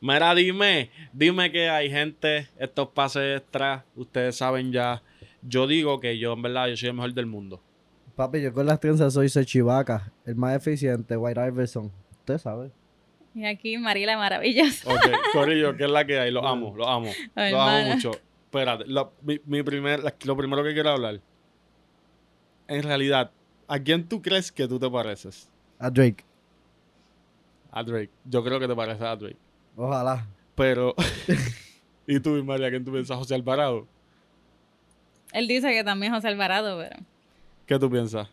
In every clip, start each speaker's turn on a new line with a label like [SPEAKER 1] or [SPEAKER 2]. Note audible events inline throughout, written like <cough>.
[SPEAKER 1] Mira, dime, dime que hay gente, estos pases extras, ustedes saben ya. Yo digo que yo, en verdad, yo soy el mejor del mundo.
[SPEAKER 2] Papi, yo con las trenzas soy Sechivaca, el más eficiente, White Iverson. Usted sabe.
[SPEAKER 3] Y aquí Marila Maravillosa. <laughs>
[SPEAKER 1] Ok, Corillo, que es la que hay, los amo, los amo.
[SPEAKER 3] Ay,
[SPEAKER 1] Los amo
[SPEAKER 3] hermana.
[SPEAKER 1] mucho. Espérate, lo, mi, mi primer, la- lo primero que quiero hablar. En realidad, ¿a quién tú crees que tú te pareces?
[SPEAKER 2] A Drake.
[SPEAKER 1] A Drake. Yo creo que te pareces a Drake.
[SPEAKER 2] Ojalá.
[SPEAKER 3] <laughs>
[SPEAKER 1] Pero. ¿Y tú, María, quién tú piensas? José Alvarado.
[SPEAKER 3] Él dice que también José Alvarado, pero.
[SPEAKER 1] ¿Qué tú piensas?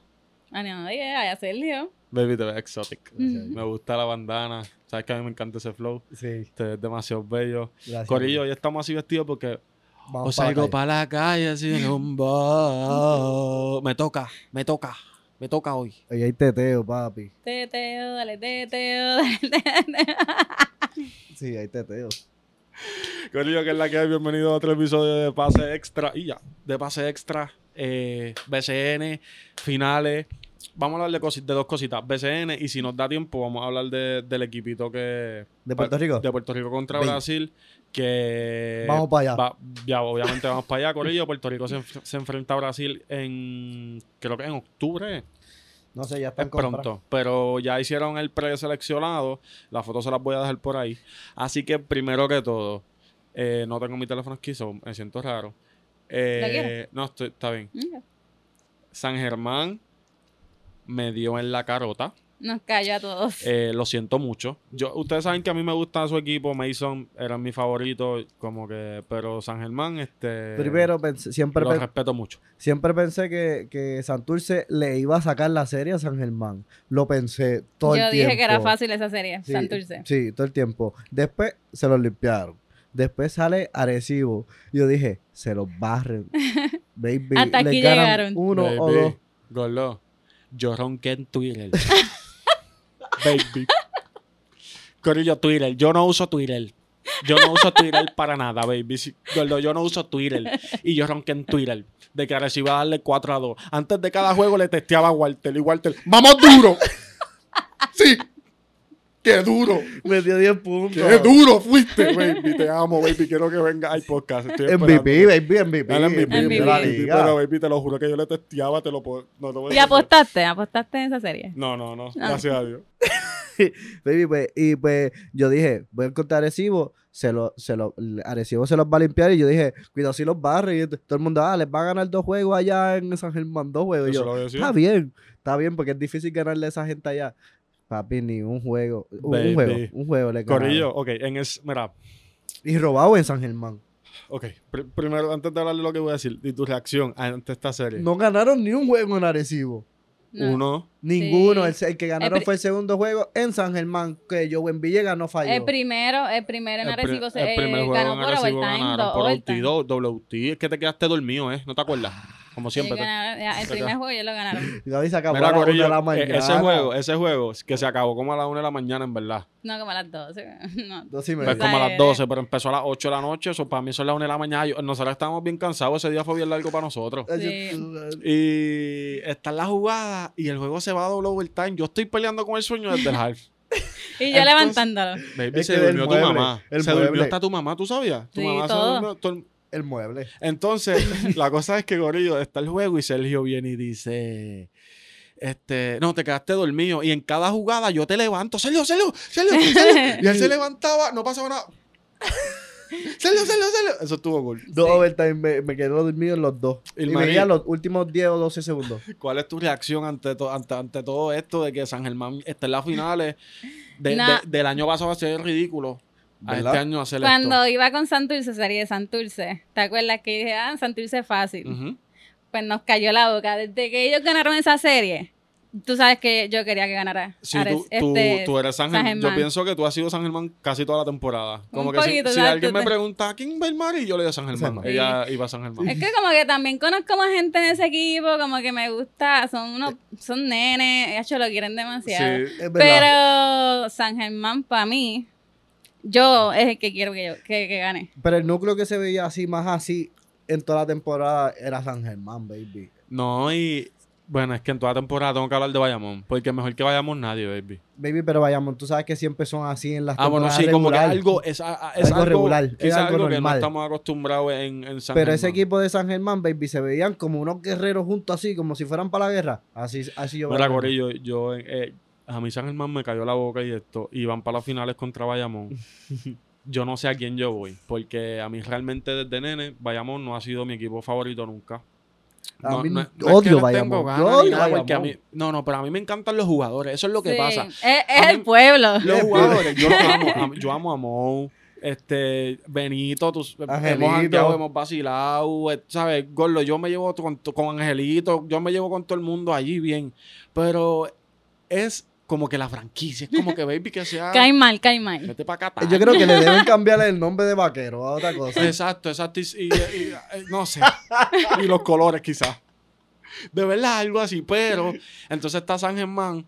[SPEAKER 3] Ah, no, oye, a Sergio.
[SPEAKER 1] Baby, te ves exotic.
[SPEAKER 2] Gracias.
[SPEAKER 1] Me gusta la bandana. Sabes que a mí me encanta ese flow.
[SPEAKER 2] Sí,
[SPEAKER 1] Te ves Este, demasiado bello.
[SPEAKER 2] gracias.
[SPEAKER 1] Corillo, hoy estamos así vestidos porque o
[SPEAKER 2] Vamos para la
[SPEAKER 1] salgo
[SPEAKER 2] calle.
[SPEAKER 1] para la calle sin rumbo. Me toca, me toca, me toca hoy.
[SPEAKER 2] Hoy hay teteo, papi.
[SPEAKER 3] Teteo, dale, teteo, dale, teteo.
[SPEAKER 2] Sí, hay teteo.
[SPEAKER 1] Corillo, que es la que hay. Bienvenido a otro episodio de Pase Extra. Y ya, de Pase Extra, eh, BCN, finales. Vamos a hablar de, cosi- de dos cositas, BCN, y si nos da tiempo, vamos a hablar de- del equipito que...
[SPEAKER 2] ¿De Puerto Rico?
[SPEAKER 1] De Puerto Rico contra
[SPEAKER 2] Venga.
[SPEAKER 1] Brasil, que...
[SPEAKER 2] Vamos para allá.
[SPEAKER 1] Va- ya, obviamente vamos para allá, Corillo. Puerto Rico se, enf- se enfrenta a Brasil en, creo que en octubre,
[SPEAKER 2] No sé, ya
[SPEAKER 1] es
[SPEAKER 2] están comprando.
[SPEAKER 1] pronto, pero ya hicieron el preseleccionado. Las fotos se las voy a dejar por ahí. Así que primero que todo, eh, no tengo mi teléfono aquí, so me siento raro. Eh,
[SPEAKER 3] ¿La quieres?
[SPEAKER 1] no, estoy- está bien.
[SPEAKER 3] Mira,
[SPEAKER 1] San Germán me dio en la carota.
[SPEAKER 3] Nos cayó a todos.
[SPEAKER 1] Eh, lo siento mucho. Yo, ustedes saben que a mí me gusta su equipo. Mason era mi favorito, como que, pero San Germán, este,
[SPEAKER 2] Primero, pensé- siempre,
[SPEAKER 1] lo
[SPEAKER 2] pen-
[SPEAKER 1] respeto mucho.
[SPEAKER 2] siempre pensé que, que Santurce le iba a sacar la serie a San Germán. Lo pensé todo
[SPEAKER 3] Yo
[SPEAKER 2] el tiempo.
[SPEAKER 3] dije que era fácil esa serie,
[SPEAKER 2] Sí,
[SPEAKER 3] Santurce.
[SPEAKER 2] Sí, todo el tiempo. Después se los limpiaron. Después sale Arecibo. Yo dije, se los
[SPEAKER 3] <laughs>
[SPEAKER 2] barren. Baby,
[SPEAKER 3] Hasta
[SPEAKER 2] les
[SPEAKER 3] aquí
[SPEAKER 2] ganan
[SPEAKER 3] llegaron.
[SPEAKER 2] Uno o
[SPEAKER 1] Baby,
[SPEAKER 2] dos.
[SPEAKER 1] Gordo, yo ronqué en
[SPEAKER 2] <laughs>
[SPEAKER 1] Twitter. Baby. Corillo, Twitter. Yo no uso Twitter. Yo no uso Twitter para nada, baby. Sí, Gordo, yo no uso Twitter. Y yo ronqué en Twitter. De que reciba darle 4 a 2. Antes de cada juego le testeaba a Walter. Y Walter, ¡vamos duro! ¡Sí! ¡Qué duro!
[SPEAKER 2] Me dio 10 puntos.
[SPEAKER 1] ¡Qué duro fuiste, baby! Te amo, baby. Quiero que venga al podcast. Estoy
[SPEAKER 2] MVP,
[SPEAKER 1] esperando.
[SPEAKER 2] baby, MVP.
[SPEAKER 1] Dale MVP,
[SPEAKER 3] MVP.
[SPEAKER 2] de la
[SPEAKER 1] MVP,
[SPEAKER 2] liga.
[SPEAKER 1] Pero, baby, te lo juro que yo le testeaba. Te lo puedo... No, te voy a
[SPEAKER 3] ¿Y
[SPEAKER 1] decir.
[SPEAKER 3] apostaste? ¿Apostaste en esa serie?
[SPEAKER 1] No, no, no. Gracias a Dios.
[SPEAKER 2] Baby, pues, y pues yo dije, voy a encontrar Arecibo, se lo, se lo, Arecibo se los va a limpiar y yo dije, cuidado si los barre. Y t- todo el mundo, ah, les va a ganar dos juegos allá en San Germán, dos juegos. Y
[SPEAKER 1] Eso
[SPEAKER 2] yo,
[SPEAKER 1] lo voy a decir.
[SPEAKER 2] está bien, está bien, porque es difícil ganarle a esa gente allá. Papi, ni un juego, un, un
[SPEAKER 1] Baby.
[SPEAKER 2] juego, un juego le ganaron.
[SPEAKER 1] Corillo, ok, en es, mira,
[SPEAKER 2] Y robado en San Germán.
[SPEAKER 1] ok, pr- primero, antes de hablar de lo que voy a decir, y tu reacción ante esta serie.
[SPEAKER 2] No ganaron ni un juego en Arecibo.
[SPEAKER 3] No.
[SPEAKER 1] Uno,
[SPEAKER 2] Ninguno.
[SPEAKER 3] Sí.
[SPEAKER 2] El, se- el que ganaron
[SPEAKER 3] pri-
[SPEAKER 2] fue el segundo juego en San Germán, que Joven Villegas no falló.
[SPEAKER 3] El primero, el primero en
[SPEAKER 1] el, pri-
[SPEAKER 3] Arecibo se
[SPEAKER 1] el primer
[SPEAKER 3] eh,
[SPEAKER 1] juego
[SPEAKER 3] ganó
[SPEAKER 1] en
[SPEAKER 3] por
[SPEAKER 1] Arecibo
[SPEAKER 3] overtime,
[SPEAKER 1] ganaron
[SPEAKER 3] dos
[SPEAKER 1] por
[SPEAKER 3] overtime.
[SPEAKER 1] OT, dos WT, es que te quedaste dormido, ¿eh? ¿No te acuerdas? Como siempre.
[SPEAKER 3] Ellos
[SPEAKER 1] te-
[SPEAKER 3] ganaron- ya, el
[SPEAKER 1] Saca.
[SPEAKER 3] primer juego ellos lo ganaron.
[SPEAKER 2] Gaby se acabó
[SPEAKER 1] Mira,
[SPEAKER 2] a la una
[SPEAKER 1] Corillo,
[SPEAKER 2] de la
[SPEAKER 1] eh,
[SPEAKER 2] mañana.
[SPEAKER 1] ese juego, ese juego es que se acabó como a las 1 de la mañana, en verdad.
[SPEAKER 3] No, como a las 12. <laughs> No.
[SPEAKER 2] Dos y
[SPEAKER 1] Pues
[SPEAKER 2] media.
[SPEAKER 1] como a las
[SPEAKER 3] eh.
[SPEAKER 1] 12, pero empezó a las 8 de la noche, eso para mí son las 1 de la mañana. Yo- nosotros estábamos bien cansados, ese día fue bien largo para nosotros.
[SPEAKER 2] Ay, yo-
[SPEAKER 1] Y está la jugada y el juego se va a doble overtime. Yo estoy peleando con el sueño desde
[SPEAKER 3] <laughs>
[SPEAKER 1] el half.
[SPEAKER 3] Y yo
[SPEAKER 1] Entonces-
[SPEAKER 3] levantándolo.
[SPEAKER 1] Baby,
[SPEAKER 2] Es
[SPEAKER 1] se
[SPEAKER 2] que del
[SPEAKER 1] durmió tu
[SPEAKER 2] mueble,
[SPEAKER 1] mamá.
[SPEAKER 2] el
[SPEAKER 1] se
[SPEAKER 2] mueble.
[SPEAKER 1] durmió hasta tu mamá, ¿tú sabías? Tu
[SPEAKER 3] Sí,
[SPEAKER 1] mamá se
[SPEAKER 3] todo.
[SPEAKER 1] durmió, todo el-
[SPEAKER 2] El mueble. <laughs>
[SPEAKER 1] Entonces, la cosa es que, Gorillo, está el juego y Sergio viene y dice... Este, no, te quedaste dormido. Y en cada jugada yo te levanto. Sergio, Sergio, Sergio,
[SPEAKER 3] <laughs>
[SPEAKER 1] Sergio. Y él se levantaba, no pasaba nada. <laughs> Sergio, Sergio, Sergio. Eso estuvo cool.
[SPEAKER 2] Dos overtime, me, me quedé dormido en los dos.
[SPEAKER 1] Y
[SPEAKER 2] Y,
[SPEAKER 1] el
[SPEAKER 2] me veía
[SPEAKER 1] marido.
[SPEAKER 2] los últimos 10 o 12 segundos.
[SPEAKER 1] ¿Cuál es tu reacción ante, to- ante, ante todo esto de que San Germán está en las finales? De-
[SPEAKER 3] Nah.
[SPEAKER 1] de- del año pasado va a ser ridículo. A
[SPEAKER 2] ¿Verdad?
[SPEAKER 1] este año hacer esto.
[SPEAKER 3] Cuando iba con Santurce, serie de Santurce, ¿te acuerdas que dije, ah, Santurce es fácil?
[SPEAKER 1] Ujú.
[SPEAKER 3] Pues nos cayó la boca. Desde que ellos ganaron esa serie, tú sabes que yo quería que ganara.
[SPEAKER 1] Sí,
[SPEAKER 3] Ares-
[SPEAKER 1] tú, tú-
[SPEAKER 3] este-
[SPEAKER 1] tú eres San
[SPEAKER 3] San
[SPEAKER 1] Germán. Yo
[SPEAKER 3] Germán.
[SPEAKER 1] pienso que tú has sido San Germán casi toda la temporada. Como
[SPEAKER 3] Un
[SPEAKER 1] que si-
[SPEAKER 3] poquito,
[SPEAKER 1] si,
[SPEAKER 3] ¿sabes?
[SPEAKER 1] alguien
[SPEAKER 3] Tú
[SPEAKER 1] me
[SPEAKER 3] te-
[SPEAKER 1] pregunta quién va el mar y yo le digo San Germán.
[SPEAKER 2] Germán.
[SPEAKER 1] Ella iba a San Germán.
[SPEAKER 3] Es que como que también conozco más gente en ese equipo, como que me gusta, son unos, son nenes, hecho lo quieren demasiado.
[SPEAKER 1] Sí.
[SPEAKER 2] Es verdad.
[SPEAKER 3] Pero San Germán para mí, yo es el que quiero que yo, que, que gane.
[SPEAKER 2] Pero, el núcleo que se veía así, más así, en toda la temporada era San Germán, baby.
[SPEAKER 1] No, y Bueno, es que en toda temporada tengo que hablar de Bayamón. Porque mejor que Bayamón nadie, baby.
[SPEAKER 2] Baby, pero vayamos, tú sabes que siempre son así en las
[SPEAKER 1] Ah, bueno,
[SPEAKER 2] temporadas
[SPEAKER 1] sí, como que
[SPEAKER 2] regular.
[SPEAKER 1] algo. Es, a- a- es
[SPEAKER 2] Algo
[SPEAKER 1] algo,
[SPEAKER 2] regular, es
[SPEAKER 1] quizás
[SPEAKER 2] algo
[SPEAKER 1] algo, que no
[SPEAKER 2] normal.
[SPEAKER 1] estamos acostumbrados en, en San
[SPEAKER 2] Pero ese
[SPEAKER 1] Germán.
[SPEAKER 2] equipo de San Germán, baby, se veían como unos guerreros juntos así, como si fueran para la guerra. Así, así yo
[SPEAKER 1] Mira,
[SPEAKER 2] veo.
[SPEAKER 1] Corillo, yo. eh, a mí San Germán me cayó la boca y esto. Y van para las finales contra
[SPEAKER 2] <laughs>
[SPEAKER 1] Bayamón. yo no sé a quién yo voy. Porque a mí realmente desde nene, Bayamón no ha sido mi equipo favorito nunca.
[SPEAKER 2] A mí
[SPEAKER 1] es-
[SPEAKER 2] no-
[SPEAKER 1] es que
[SPEAKER 2] odio
[SPEAKER 1] tengo
[SPEAKER 2] Bayamón,
[SPEAKER 1] ganas
[SPEAKER 2] yo
[SPEAKER 1] ni
[SPEAKER 2] odio
[SPEAKER 1] nada, porque a
[SPEAKER 2] Bayamón.
[SPEAKER 1] mí- no, no, pero a mí me encantan los jugadores. Eso es lo que
[SPEAKER 3] Sí,
[SPEAKER 1] pasa.
[SPEAKER 3] Es, es
[SPEAKER 1] A mí-
[SPEAKER 3] el pueblo.
[SPEAKER 1] Los
[SPEAKER 2] Pero-
[SPEAKER 1] jugadores, yo los amo. am- yo amo a Mou, este, Benito, tú-
[SPEAKER 2] Angelito.
[SPEAKER 1] hemos jangueado, hemos vacilado, eh, ¿sabes? Gordo, yo me llevo con, con Angelito, yo me llevo con todo el mundo allí bien. Pero es como que la franquicia, es como que baby que sea.
[SPEAKER 3] Cae mal, cae mal.
[SPEAKER 1] Vete para acá.
[SPEAKER 2] Yo creo que le deben cambiar el nombre de vaquero a otra cosa.
[SPEAKER 1] Exacto, exacto. Y, y- y- eh, no sé. y los colores, quizás. De verdad, algo así. Pero entonces está San Germán,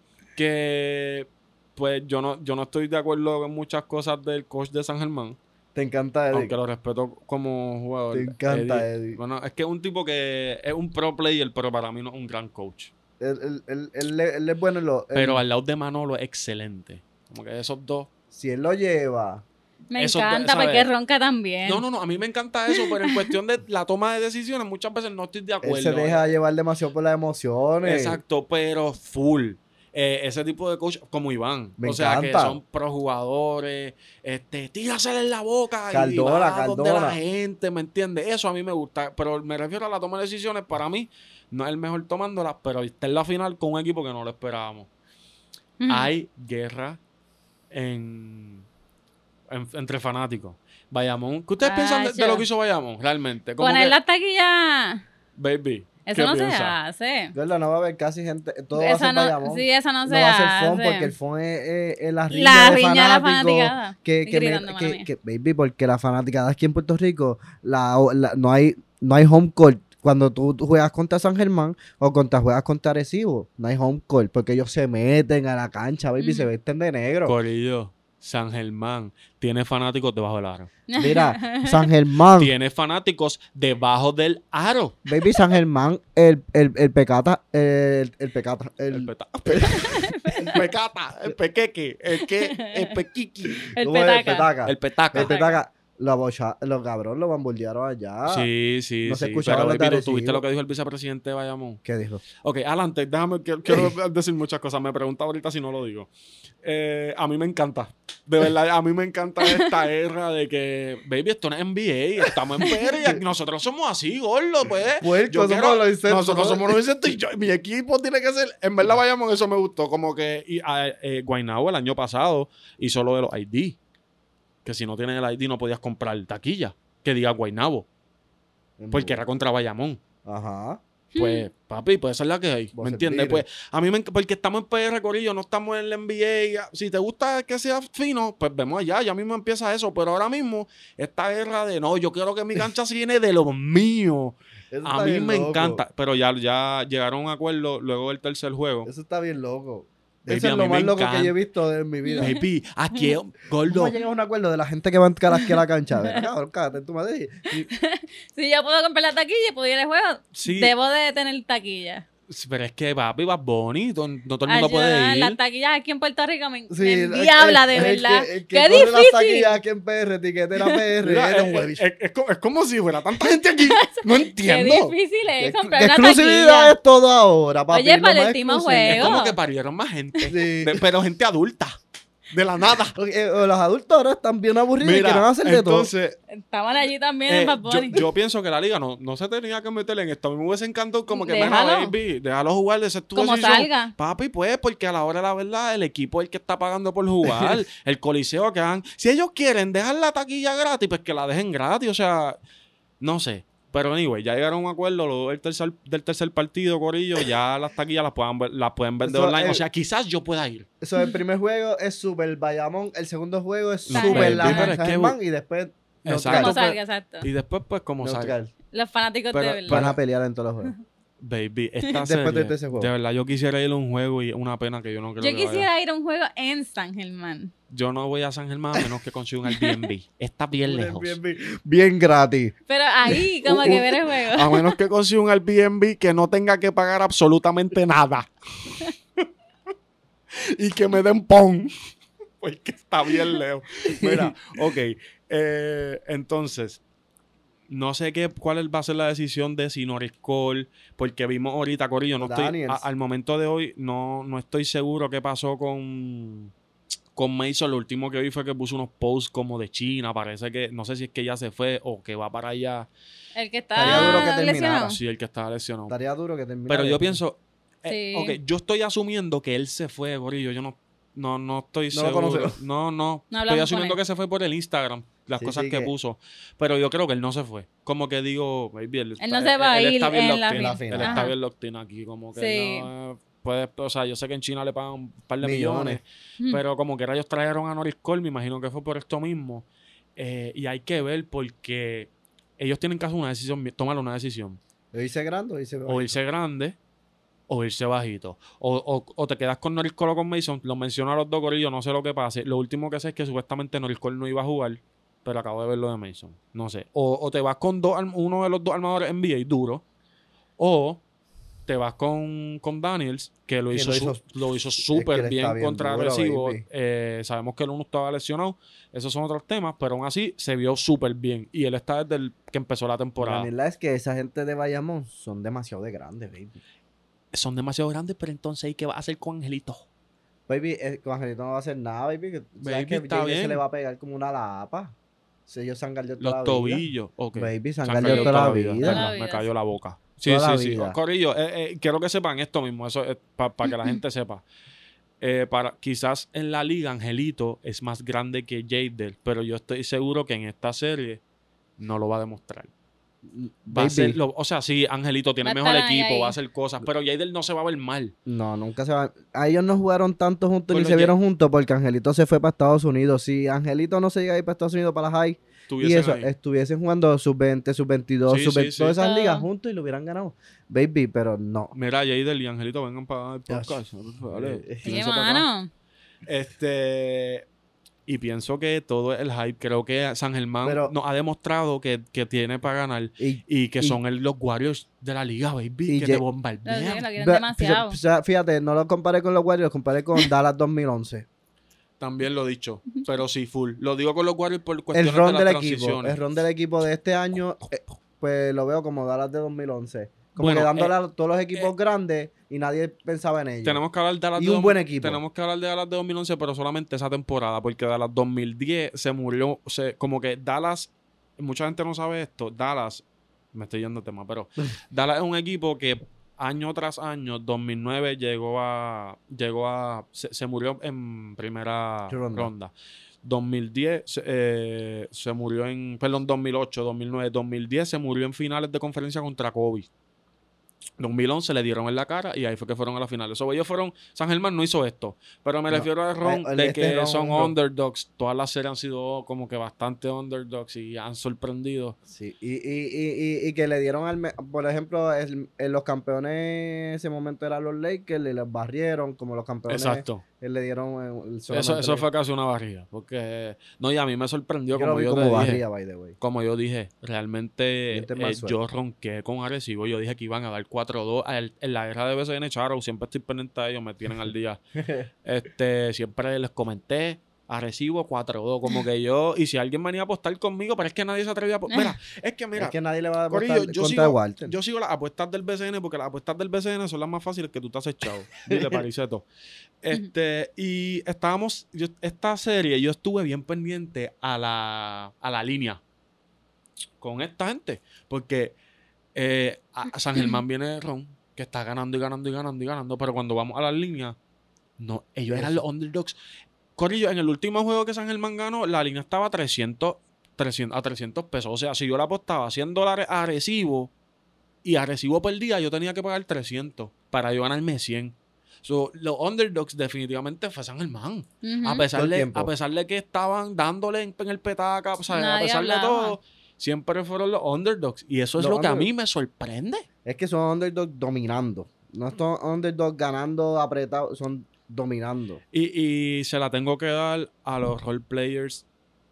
[SPEAKER 1] que pues yo no, yo no estoy de acuerdo con muchas cosas del coach de San Germán.
[SPEAKER 2] Te encanta Eddie.
[SPEAKER 1] Aunque lo respeto como jugador.
[SPEAKER 2] Te encanta Eddie.
[SPEAKER 1] Bueno, es que es un tipo que es un pro player, pero para mí no es un gran coach.
[SPEAKER 2] Él, él- él- él- él es bueno en lo. él-
[SPEAKER 1] Pero al lado de Manolo es excelente. Como que esos dos.
[SPEAKER 2] si él lo lleva.
[SPEAKER 3] Me
[SPEAKER 1] Eso,
[SPEAKER 3] encanta
[SPEAKER 1] ¿sabes?
[SPEAKER 3] porque ronca también.
[SPEAKER 1] No, no, no. A mí me encanta eso, pero en cuestión de la toma de decisiones, muchas veces no estoy de acuerdo.
[SPEAKER 2] Él se deja llevar demasiado por las emociones.
[SPEAKER 1] Pues Exacto, pero full. Eh, ese tipo de coach como Iván.
[SPEAKER 2] Me
[SPEAKER 1] o sea,
[SPEAKER 2] encanta.
[SPEAKER 1] que son pro jugadores. Este, tírasela en la boca.
[SPEAKER 2] Cardona,
[SPEAKER 1] y va donde
[SPEAKER 2] Cardona.
[SPEAKER 1] la gente, ¿me entiendes? Eso a mí me gusta. Pero me refiero a la toma de decisiones. Para mí, no es el mejor tomándolas, pero está en la final con un equipo que no lo esperábamos.
[SPEAKER 3] Ujú.
[SPEAKER 1] Hay guerra en, en- entre fanáticos. Bayamón. ¿Qué ustedes piensan de, de
[SPEAKER 3] Tacho.
[SPEAKER 1] lo que hizo Bayamón realmente? Como
[SPEAKER 3] Poner
[SPEAKER 1] que,
[SPEAKER 3] la taquilla.
[SPEAKER 1] Baby.
[SPEAKER 3] Eso
[SPEAKER 1] ¿qué
[SPEAKER 3] no
[SPEAKER 1] piensas?
[SPEAKER 3] se hace.
[SPEAKER 2] ¿Verdad? No va a haber casi gente. Todo va a
[SPEAKER 3] Eso
[SPEAKER 2] ser
[SPEAKER 3] no,
[SPEAKER 2] Bayamón.
[SPEAKER 3] sí, eso no
[SPEAKER 2] no
[SPEAKER 3] se
[SPEAKER 2] va a ser
[SPEAKER 3] hace.
[SPEAKER 2] fon porque el fon es, es- es la riña
[SPEAKER 3] la
[SPEAKER 2] de
[SPEAKER 3] riña de la
[SPEAKER 2] fanáticos.
[SPEAKER 3] fanaticada.
[SPEAKER 2] que,
[SPEAKER 3] Estoy
[SPEAKER 2] que, me-
[SPEAKER 3] gritando, mala
[SPEAKER 2] que-
[SPEAKER 3] mía.
[SPEAKER 2] que- baby, porque la fanaticada aquí en Puerto Rico, la, la- no, hay, no hay home court. Cuando tú, tú juegas contra San Germán o contra juegas contra Arecibo, no hay home court porque ellos se meten a la cancha, baby, se
[SPEAKER 3] Ujú.
[SPEAKER 2] visten de negro.
[SPEAKER 1] Corillo, San Germán tiene fanáticos debajo del aro.
[SPEAKER 2] Mira,
[SPEAKER 1] <laughs>
[SPEAKER 2] San Germán,
[SPEAKER 1] Tiene fanáticos debajo del aro.
[SPEAKER 2] baby, San Germán, el, el, el pecata, el, el pecata, el,
[SPEAKER 1] El, peta- <laughs> el pecata, el pequeque, el que, el pequiqui,
[SPEAKER 3] <laughs> el
[SPEAKER 2] ¿cómo es?
[SPEAKER 3] petaca.
[SPEAKER 1] el
[SPEAKER 2] El
[SPEAKER 1] petaca.
[SPEAKER 3] petaca.
[SPEAKER 2] petaca. La bocha- los cabrones lo bombardearon allá.
[SPEAKER 1] Sí, sí,
[SPEAKER 2] No se
[SPEAKER 1] sí.
[SPEAKER 2] escuchaba
[SPEAKER 1] Pero
[SPEAKER 2] los
[SPEAKER 1] Elvito,
[SPEAKER 2] Arecibo.
[SPEAKER 1] ¿tuviste lo que dijo el vicepresidente de Bayamón?
[SPEAKER 2] ¿Qué dijo?
[SPEAKER 1] Ok, adelante, déjame, quiero, <laughs> quiero decir muchas cosas. Me pregunta ahorita si no lo digo. Eh, a mí me encanta. De verdad, a mí me encanta <laughs> esta guerra de que, baby, esto no es NBA, estamos en <laughs> feria, nosotros somos así, gordo, pues.
[SPEAKER 2] Puerco,
[SPEAKER 1] Yo
[SPEAKER 2] somos
[SPEAKER 1] quiero-
[SPEAKER 2] los insectos,
[SPEAKER 1] Nosotros
[SPEAKER 2] ¿no?
[SPEAKER 1] somos los insectos y yo- mi equipo tiene que ser. En verdad, vayamos, eso me gustó. Como que y, a- eh, Guaynabo el año pasado hizo lo de los ID. Que si no tienes el ID no podías comprar taquilla. Que diga Guaynabo. Porque era contra Bayamón.
[SPEAKER 2] Ajá.
[SPEAKER 1] Pues, papi, pues esa es la que hay.
[SPEAKER 2] Vos
[SPEAKER 1] ¿Me entiendes?
[SPEAKER 2] servires.
[SPEAKER 1] Pues, a mí me enc- Porque estamos en PR, Corillo, no estamos en el NBA. Si te gusta que sea fino, pues vemos allá. Ya mismo empieza eso. Pero ahora mismo, esta guerra de no, yo quiero que mi cancha se llene de los míos.
[SPEAKER 2] Eso está
[SPEAKER 1] A mí
[SPEAKER 2] bien
[SPEAKER 1] me
[SPEAKER 2] loco.
[SPEAKER 1] encanta, pero ya, ya llegaron a un acuerdo luego del tercer juego.
[SPEAKER 2] Eso está bien loco.
[SPEAKER 1] Baby,
[SPEAKER 2] Eso
[SPEAKER 1] a
[SPEAKER 2] es
[SPEAKER 1] mí
[SPEAKER 2] lo
[SPEAKER 1] me
[SPEAKER 2] más loco que
[SPEAKER 1] encanta.
[SPEAKER 2] yo he visto en mi vida.
[SPEAKER 1] Baby, aquí, es-
[SPEAKER 2] ¿Cómo
[SPEAKER 1] gordo.
[SPEAKER 2] llegamos a un acuerdo de la gente que va a entrar aquí a la cancha? Ven acá, cabrón, cágate en tu madre.
[SPEAKER 3] <laughs>
[SPEAKER 2] Y-
[SPEAKER 3] Si yo puedo comprar la taquilla y pudiera el juego,
[SPEAKER 1] Sí,
[SPEAKER 3] debo de tener taquilla.
[SPEAKER 1] pero es que papi va bonito, no todo el mundo puede
[SPEAKER 3] Ayuda, Las
[SPEAKER 1] ir.
[SPEAKER 3] taquillas aquí en Puerto Rico me,
[SPEAKER 2] sí,
[SPEAKER 3] me
[SPEAKER 2] el-
[SPEAKER 3] endiabla, de
[SPEAKER 2] el- el
[SPEAKER 3] verdad.
[SPEAKER 2] que- el que
[SPEAKER 3] Qué
[SPEAKER 2] corre las
[SPEAKER 3] difícil.
[SPEAKER 2] taquillas aquí en PR, etiquetera PR.
[SPEAKER 1] Mira, eh,
[SPEAKER 2] era un
[SPEAKER 1] es,
[SPEAKER 2] huevish.
[SPEAKER 1] es- es como, es como si fuera tanta gente aquí. No
[SPEAKER 3] Qué
[SPEAKER 1] entiendo.
[SPEAKER 3] difícil
[SPEAKER 2] ¿Qué-
[SPEAKER 3] es
[SPEAKER 2] qué
[SPEAKER 3] comprar una
[SPEAKER 2] exclusividad
[SPEAKER 3] taquilla.
[SPEAKER 2] es todo ahora, papi?
[SPEAKER 3] Oye,
[SPEAKER 2] lo
[SPEAKER 3] para el
[SPEAKER 2] más
[SPEAKER 3] último
[SPEAKER 2] exclusivo.
[SPEAKER 1] Es como
[SPEAKER 3] juego.
[SPEAKER 1] que parieron más gente,
[SPEAKER 2] Sí.
[SPEAKER 1] de- pero gente adulta, de la nada.
[SPEAKER 2] Ok, eh, los adultos ahora están bien aburridos y quieren
[SPEAKER 1] Mira,
[SPEAKER 2] hacer de todo.
[SPEAKER 1] entonces,
[SPEAKER 3] Estaban allí también
[SPEAKER 1] Eh,
[SPEAKER 3] en Bad
[SPEAKER 1] yo,
[SPEAKER 3] Bunny.
[SPEAKER 1] yo pienso que la liga no, no se tenía que meter en esto. A mí me hubiese encantado como que,
[SPEAKER 3] Déjalo.
[SPEAKER 1] mira, baby, déjalo jugar, esa es tu
[SPEAKER 3] Como
[SPEAKER 1] decisión.
[SPEAKER 3] salga.
[SPEAKER 1] Papi, pues, porque a la hora de la verdad, el equipo es el que está pagando por
[SPEAKER 3] <laughs>
[SPEAKER 1] jugar, el coliseo que han... Si ellos quieren dejar la taquilla gratis, pues que la dejen gratis, o sea, no sé. Pero anyway, ya llegaron a un acuerdo luego del tercer, del tercer partido, Corillo, ya las taquillas las, puedan ver- las pueden vender
[SPEAKER 2] Eso,
[SPEAKER 1] online.
[SPEAKER 2] eh,
[SPEAKER 1] o sea, quizás yo pueda ir.
[SPEAKER 2] So, el primer juego es Super Bayamón, el segundo juego es
[SPEAKER 1] Los
[SPEAKER 2] Super La
[SPEAKER 3] Baby, pero
[SPEAKER 1] es
[SPEAKER 2] San
[SPEAKER 1] que-
[SPEAKER 2] Germán y después
[SPEAKER 1] Exacto.
[SPEAKER 3] Como
[SPEAKER 1] Exacto,
[SPEAKER 3] salga, exacto.
[SPEAKER 1] Y después, pues, como salga.
[SPEAKER 2] neutral.
[SPEAKER 3] Los fanáticos
[SPEAKER 1] Pero-
[SPEAKER 3] de verdad.
[SPEAKER 2] Van a pelear en todos los juegos. <laughs>
[SPEAKER 1] Baby, esta
[SPEAKER 2] Después de-
[SPEAKER 1] serie,
[SPEAKER 2] de ese juego.
[SPEAKER 1] De verdad, yo quisiera ir a un juego y una pena que yo no creo
[SPEAKER 3] Yo
[SPEAKER 1] que vaya.
[SPEAKER 3] quisiera ir a un juego en San Germán.
[SPEAKER 1] Yo no voy a San Germán a menos que consiga un Airbnb. Está bien lejos.
[SPEAKER 2] Bien, bien, bien gratis.
[SPEAKER 3] Pero ahí,
[SPEAKER 2] <laughs> Uh,
[SPEAKER 3] como que ver el juego.
[SPEAKER 1] A menos que consiga un Airbnb que no tenga que pagar absolutamente nada. y que me den pon. Porque está bien lejos. Mira, ok. eh, entonces, no sé qué, cuál va a ser la decisión de si Norris Cole, porque vimos ahorita, Corillo, no estoy,
[SPEAKER 2] Daniels.
[SPEAKER 1] a- al momento de hoy no, no estoy seguro qué pasó con, con Mason. Lo último que vi fue que puso unos posts como de China. Parece que, no sé si es que ya se fue o que va para allá.
[SPEAKER 3] El que
[SPEAKER 2] Estaría duro
[SPEAKER 3] está
[SPEAKER 2] que
[SPEAKER 3] lesionado.
[SPEAKER 2] terminara.
[SPEAKER 1] Sí, el que estaba lesionado.
[SPEAKER 2] Estaría duro que termine.
[SPEAKER 1] Pero yo pienso. eh,
[SPEAKER 3] Sí.
[SPEAKER 1] ok, yo estoy asumiendo que él se fue, Gorillo. Yo no, no, no estoy
[SPEAKER 2] No lo
[SPEAKER 1] seguro.
[SPEAKER 2] conocemos.
[SPEAKER 1] no, no.
[SPEAKER 3] No hablamos
[SPEAKER 1] estoy
[SPEAKER 3] con
[SPEAKER 1] asumiendo
[SPEAKER 3] él.
[SPEAKER 1] que se fue por el Instagram, las
[SPEAKER 2] Sí,
[SPEAKER 1] cosas
[SPEAKER 2] sí,
[SPEAKER 1] que,
[SPEAKER 2] que-
[SPEAKER 1] puso. Pero yo creo que él no se fue. Como que digo, baby, él,
[SPEAKER 3] no se va a ir
[SPEAKER 1] está bien
[SPEAKER 3] en la
[SPEAKER 1] locked in.
[SPEAKER 2] final.
[SPEAKER 1] Él está
[SPEAKER 3] Ajá.
[SPEAKER 1] bien locked in aquí. Como que
[SPEAKER 3] Sí.
[SPEAKER 1] no, puede- o sea, yo sé que en China le pagan un par de
[SPEAKER 2] Millones.
[SPEAKER 1] millones.
[SPEAKER 3] Mm.
[SPEAKER 1] Pero como que ellos trajeron a Norris Cole, me imagino que fue por esto mismo. Eh, y hay que ver porque ellos tienen que hacer una decisión, tomar una decisión.
[SPEAKER 2] Lo hice grande, lo hice
[SPEAKER 1] O irse grande o irse bajito. O, o- o te quedas con Norris Cole o con Mason. Los menciono a los dos corillos, no sé lo que pase. Lo último que sé es que supuestamente Norris Cole no iba a jugar, pero acabo de ver lo de Mason. No sé. O, o te vas con dos, arm- uno de los dos armadores NBA duro. O te vas con, con Daniels, que lo
[SPEAKER 2] Que
[SPEAKER 1] hizo
[SPEAKER 2] lo
[SPEAKER 1] su-
[SPEAKER 2] hizo-
[SPEAKER 1] lo hizo
[SPEAKER 2] es que
[SPEAKER 1] súper
[SPEAKER 2] le
[SPEAKER 1] bien,
[SPEAKER 2] está bien
[SPEAKER 1] contrarrecibo.
[SPEAKER 2] duro, baby.
[SPEAKER 1] Eh, sabemos que el uno estaba lesionado. Esos son otros temas, pero aún así se vio súper bien. Y él está desde el que empezó la
[SPEAKER 2] por
[SPEAKER 1] temporada.
[SPEAKER 2] es que esa gente de Bayamón son demasiado de grandes, baby.
[SPEAKER 1] son demasiado grandes, pero entonces ¿y qué va a hacer con Angelito?
[SPEAKER 2] Baby, eh, con Angelito no va a hacer nada, baby. Que,
[SPEAKER 1] Baby,
[SPEAKER 2] ¿Sabes que
[SPEAKER 1] está
[SPEAKER 2] JJ se
[SPEAKER 1] bien.
[SPEAKER 2] le va a pegar como una lapa? Si ellos se han galdeado toda
[SPEAKER 1] Los
[SPEAKER 2] la vida.
[SPEAKER 1] tobillos. ok.
[SPEAKER 2] Baby, se han
[SPEAKER 1] Se han
[SPEAKER 2] galdeado
[SPEAKER 1] caído
[SPEAKER 2] toda la vida.
[SPEAKER 1] Perdón,
[SPEAKER 3] Toda la
[SPEAKER 1] Me
[SPEAKER 3] vida,
[SPEAKER 1] cayó
[SPEAKER 3] sí.
[SPEAKER 1] la boca. Sí,
[SPEAKER 2] Toda la
[SPEAKER 1] sí, sí.
[SPEAKER 2] vida.
[SPEAKER 1] Corillo, eh, eh, quiero que sepan esto mismo, eso para que
[SPEAKER 3] <laughs>
[SPEAKER 1] la gente sepa. Eh, para, quizás en la liga Angelito es más grande que Jadel, pero yo estoy seguro que en esta serie no lo va a demostrar. Va a
[SPEAKER 2] Baby,
[SPEAKER 1] ser lo- o sea, sí, Angelito tiene
[SPEAKER 3] Va a
[SPEAKER 1] mejor
[SPEAKER 3] estar ahí,
[SPEAKER 1] equipo,
[SPEAKER 3] ahí.
[SPEAKER 1] va a hacer cosas, pero Jadel no se va a ver mal.
[SPEAKER 2] No, nunca se van. A ellos no jugaron tanto juntos
[SPEAKER 1] Bueno,
[SPEAKER 2] ni
[SPEAKER 1] ya-
[SPEAKER 2] se vieron juntos porque Angelito se fue para Estados Unidos. Si Angelito no se llega a ir para Estados Unidos para la high y
[SPEAKER 1] Estuviesen
[SPEAKER 2] eso,
[SPEAKER 1] ahí.
[SPEAKER 2] estuviesen jugando sub 20, sub 22,
[SPEAKER 1] Sí,
[SPEAKER 2] sub
[SPEAKER 1] sí,
[SPEAKER 2] 20,
[SPEAKER 1] sí.
[SPEAKER 2] todas esas
[SPEAKER 3] Ah.
[SPEAKER 2] ligas juntos y lo hubieran ganado. Baby, pero no.
[SPEAKER 1] Mira, Jadel y Angelito vengan para el
[SPEAKER 2] Ya,
[SPEAKER 1] podcast. Dale,
[SPEAKER 2] eh,
[SPEAKER 3] Oye,
[SPEAKER 1] tírense para acá.
[SPEAKER 3] mano.
[SPEAKER 1] Este. Y pienso que todo el hype, creo que San Germán
[SPEAKER 2] Pero-
[SPEAKER 1] nos ha demostrado que, que tiene para ganar
[SPEAKER 2] Y
[SPEAKER 1] y que
[SPEAKER 2] Y-
[SPEAKER 1] son el- los Warriors de la liga, baby,
[SPEAKER 2] y
[SPEAKER 1] que
[SPEAKER 2] Ye-
[SPEAKER 1] te
[SPEAKER 3] Lo lo
[SPEAKER 1] bombardean.
[SPEAKER 3] quieren
[SPEAKER 2] Ve-
[SPEAKER 3] demasiado.
[SPEAKER 2] o sea, Fíjate, no lo comparé con los Warriors, lo comparé
[SPEAKER 1] <laughs>
[SPEAKER 2] con Dallas 2011.
[SPEAKER 1] También lo he dicho, pero sí, full. Lo digo con los Warriors por cuestiones
[SPEAKER 2] El ron
[SPEAKER 1] de
[SPEAKER 2] del
[SPEAKER 1] las
[SPEAKER 2] equipo,
[SPEAKER 1] transiciones.
[SPEAKER 2] el ron del equipo de este año, eh, pues lo veo como Dallas de 2011. Como
[SPEAKER 1] Bueno,
[SPEAKER 2] que dándole
[SPEAKER 1] eh,
[SPEAKER 2] a todos los equipos
[SPEAKER 1] eh,
[SPEAKER 2] grandes y nadie pensaba en ellos.
[SPEAKER 1] Tenemos que hablar de Dallas
[SPEAKER 2] Y
[SPEAKER 1] de
[SPEAKER 2] un
[SPEAKER 1] dos-
[SPEAKER 2] buen equipo.
[SPEAKER 1] Tenemos que hablar de Dallas de 2011, pero solamente esa temporada, porque Dallas 2010 se murió, se- como que Dallas, mucha gente no sabe esto, Dallas, me estoy yendo de tema,
[SPEAKER 2] <laughs>
[SPEAKER 1] pero Dallas es un equipo que año tras año, 2009 llegó a, llegó a, se, se murió en primera
[SPEAKER 2] Ronda.
[SPEAKER 1] ronda. 2010 se- eh, se murió en, perdón, 2008, 2009, 2010 se murió en finales de conferencia contra Kobe. 2011 le dieron en la cara y ahí fue que fueron a la final. Eso ellos fueron. San Germán no hizo esto. Pero me
[SPEAKER 2] No.
[SPEAKER 1] refiero al ron
[SPEAKER 2] Eh, el
[SPEAKER 1] de
[SPEAKER 2] este
[SPEAKER 1] que
[SPEAKER 2] ron,
[SPEAKER 1] son
[SPEAKER 2] ron.
[SPEAKER 1] underdogs. Todas las series han sido como que bastante underdogs y han sorprendido.
[SPEAKER 2] Sí, y, y- y- y- y que le dieron al. me- Por ejemplo, el- el- los campeones en ese momento eran los Lakers, le los barrieron como los campeones.
[SPEAKER 1] Exacto.
[SPEAKER 2] eh, le dieron. eh, el-
[SPEAKER 1] Eso,
[SPEAKER 2] solamente
[SPEAKER 1] eso
[SPEAKER 2] le-
[SPEAKER 1] fue casi una barriga. Porque. No, y a mí me sorprendió
[SPEAKER 2] Yo lo
[SPEAKER 1] como
[SPEAKER 2] vi
[SPEAKER 1] yo
[SPEAKER 2] como
[SPEAKER 1] te dije.
[SPEAKER 2] barrida, by the way.
[SPEAKER 1] Como yo dije, realmente
[SPEAKER 2] Yo te
[SPEAKER 1] eh,
[SPEAKER 2] mal suelto.
[SPEAKER 1] yo ronqué con Arecibo. Yo dije que iban a dar 4-2. Al- En la guerra de BCN Charo, siempre estoy pendiente a ellos, me tienen al
[SPEAKER 2] <laughs>
[SPEAKER 1] día. Este, siempre les comenté. Arecibo 4-2, como que yo, y si alguien venía a apostar conmigo, pero es que nadie se atrevía a apostar. Mira, es que mira,
[SPEAKER 2] es que nadie le va a
[SPEAKER 1] Corillo,
[SPEAKER 2] apostar
[SPEAKER 1] yo
[SPEAKER 2] contra
[SPEAKER 1] sigo-
[SPEAKER 2] Walter.
[SPEAKER 1] yo sigo las apuestas del BCN porque las apuestas del BCN son las más fáciles que tú te has echado. Dile, Pariseto. Este, y estábamos, yo- esta serie, yo estuve bien pendiente a la, a la línea con esta gente porque eh, a a San Germán viene Ron, que está ganando y ganando y ganando y ganando, pero cuando vamos a las líneas, no, ellos eran los underdogs. Corillo, en el último juego que San Germán ganó, la línea estaba a 300, 300 a 300 pesos. O sea, si yo la apostaba 100 dólares a Arecibo y Arecibo perdía, yo tenía que pagar 300 para yo ganarme 100. So, los underdogs definitivamente fue San Germán.
[SPEAKER 3] Ujú.
[SPEAKER 1] A pesar,
[SPEAKER 2] Todo el
[SPEAKER 1] de,
[SPEAKER 2] tiempo.
[SPEAKER 1] a pesar de que estaban dándole en, en el petaca, o sea, a
[SPEAKER 3] Nadie
[SPEAKER 1] pesar de
[SPEAKER 3] hablaba.
[SPEAKER 1] todo, Siempre fueron los underdogs. Y eso es
[SPEAKER 2] Los
[SPEAKER 1] lo que a mí me sorprende.
[SPEAKER 2] Es que son underdogs dominando. No son underdogs ganando apretados, son dominando.
[SPEAKER 1] Y, y se la tengo que dar a los role players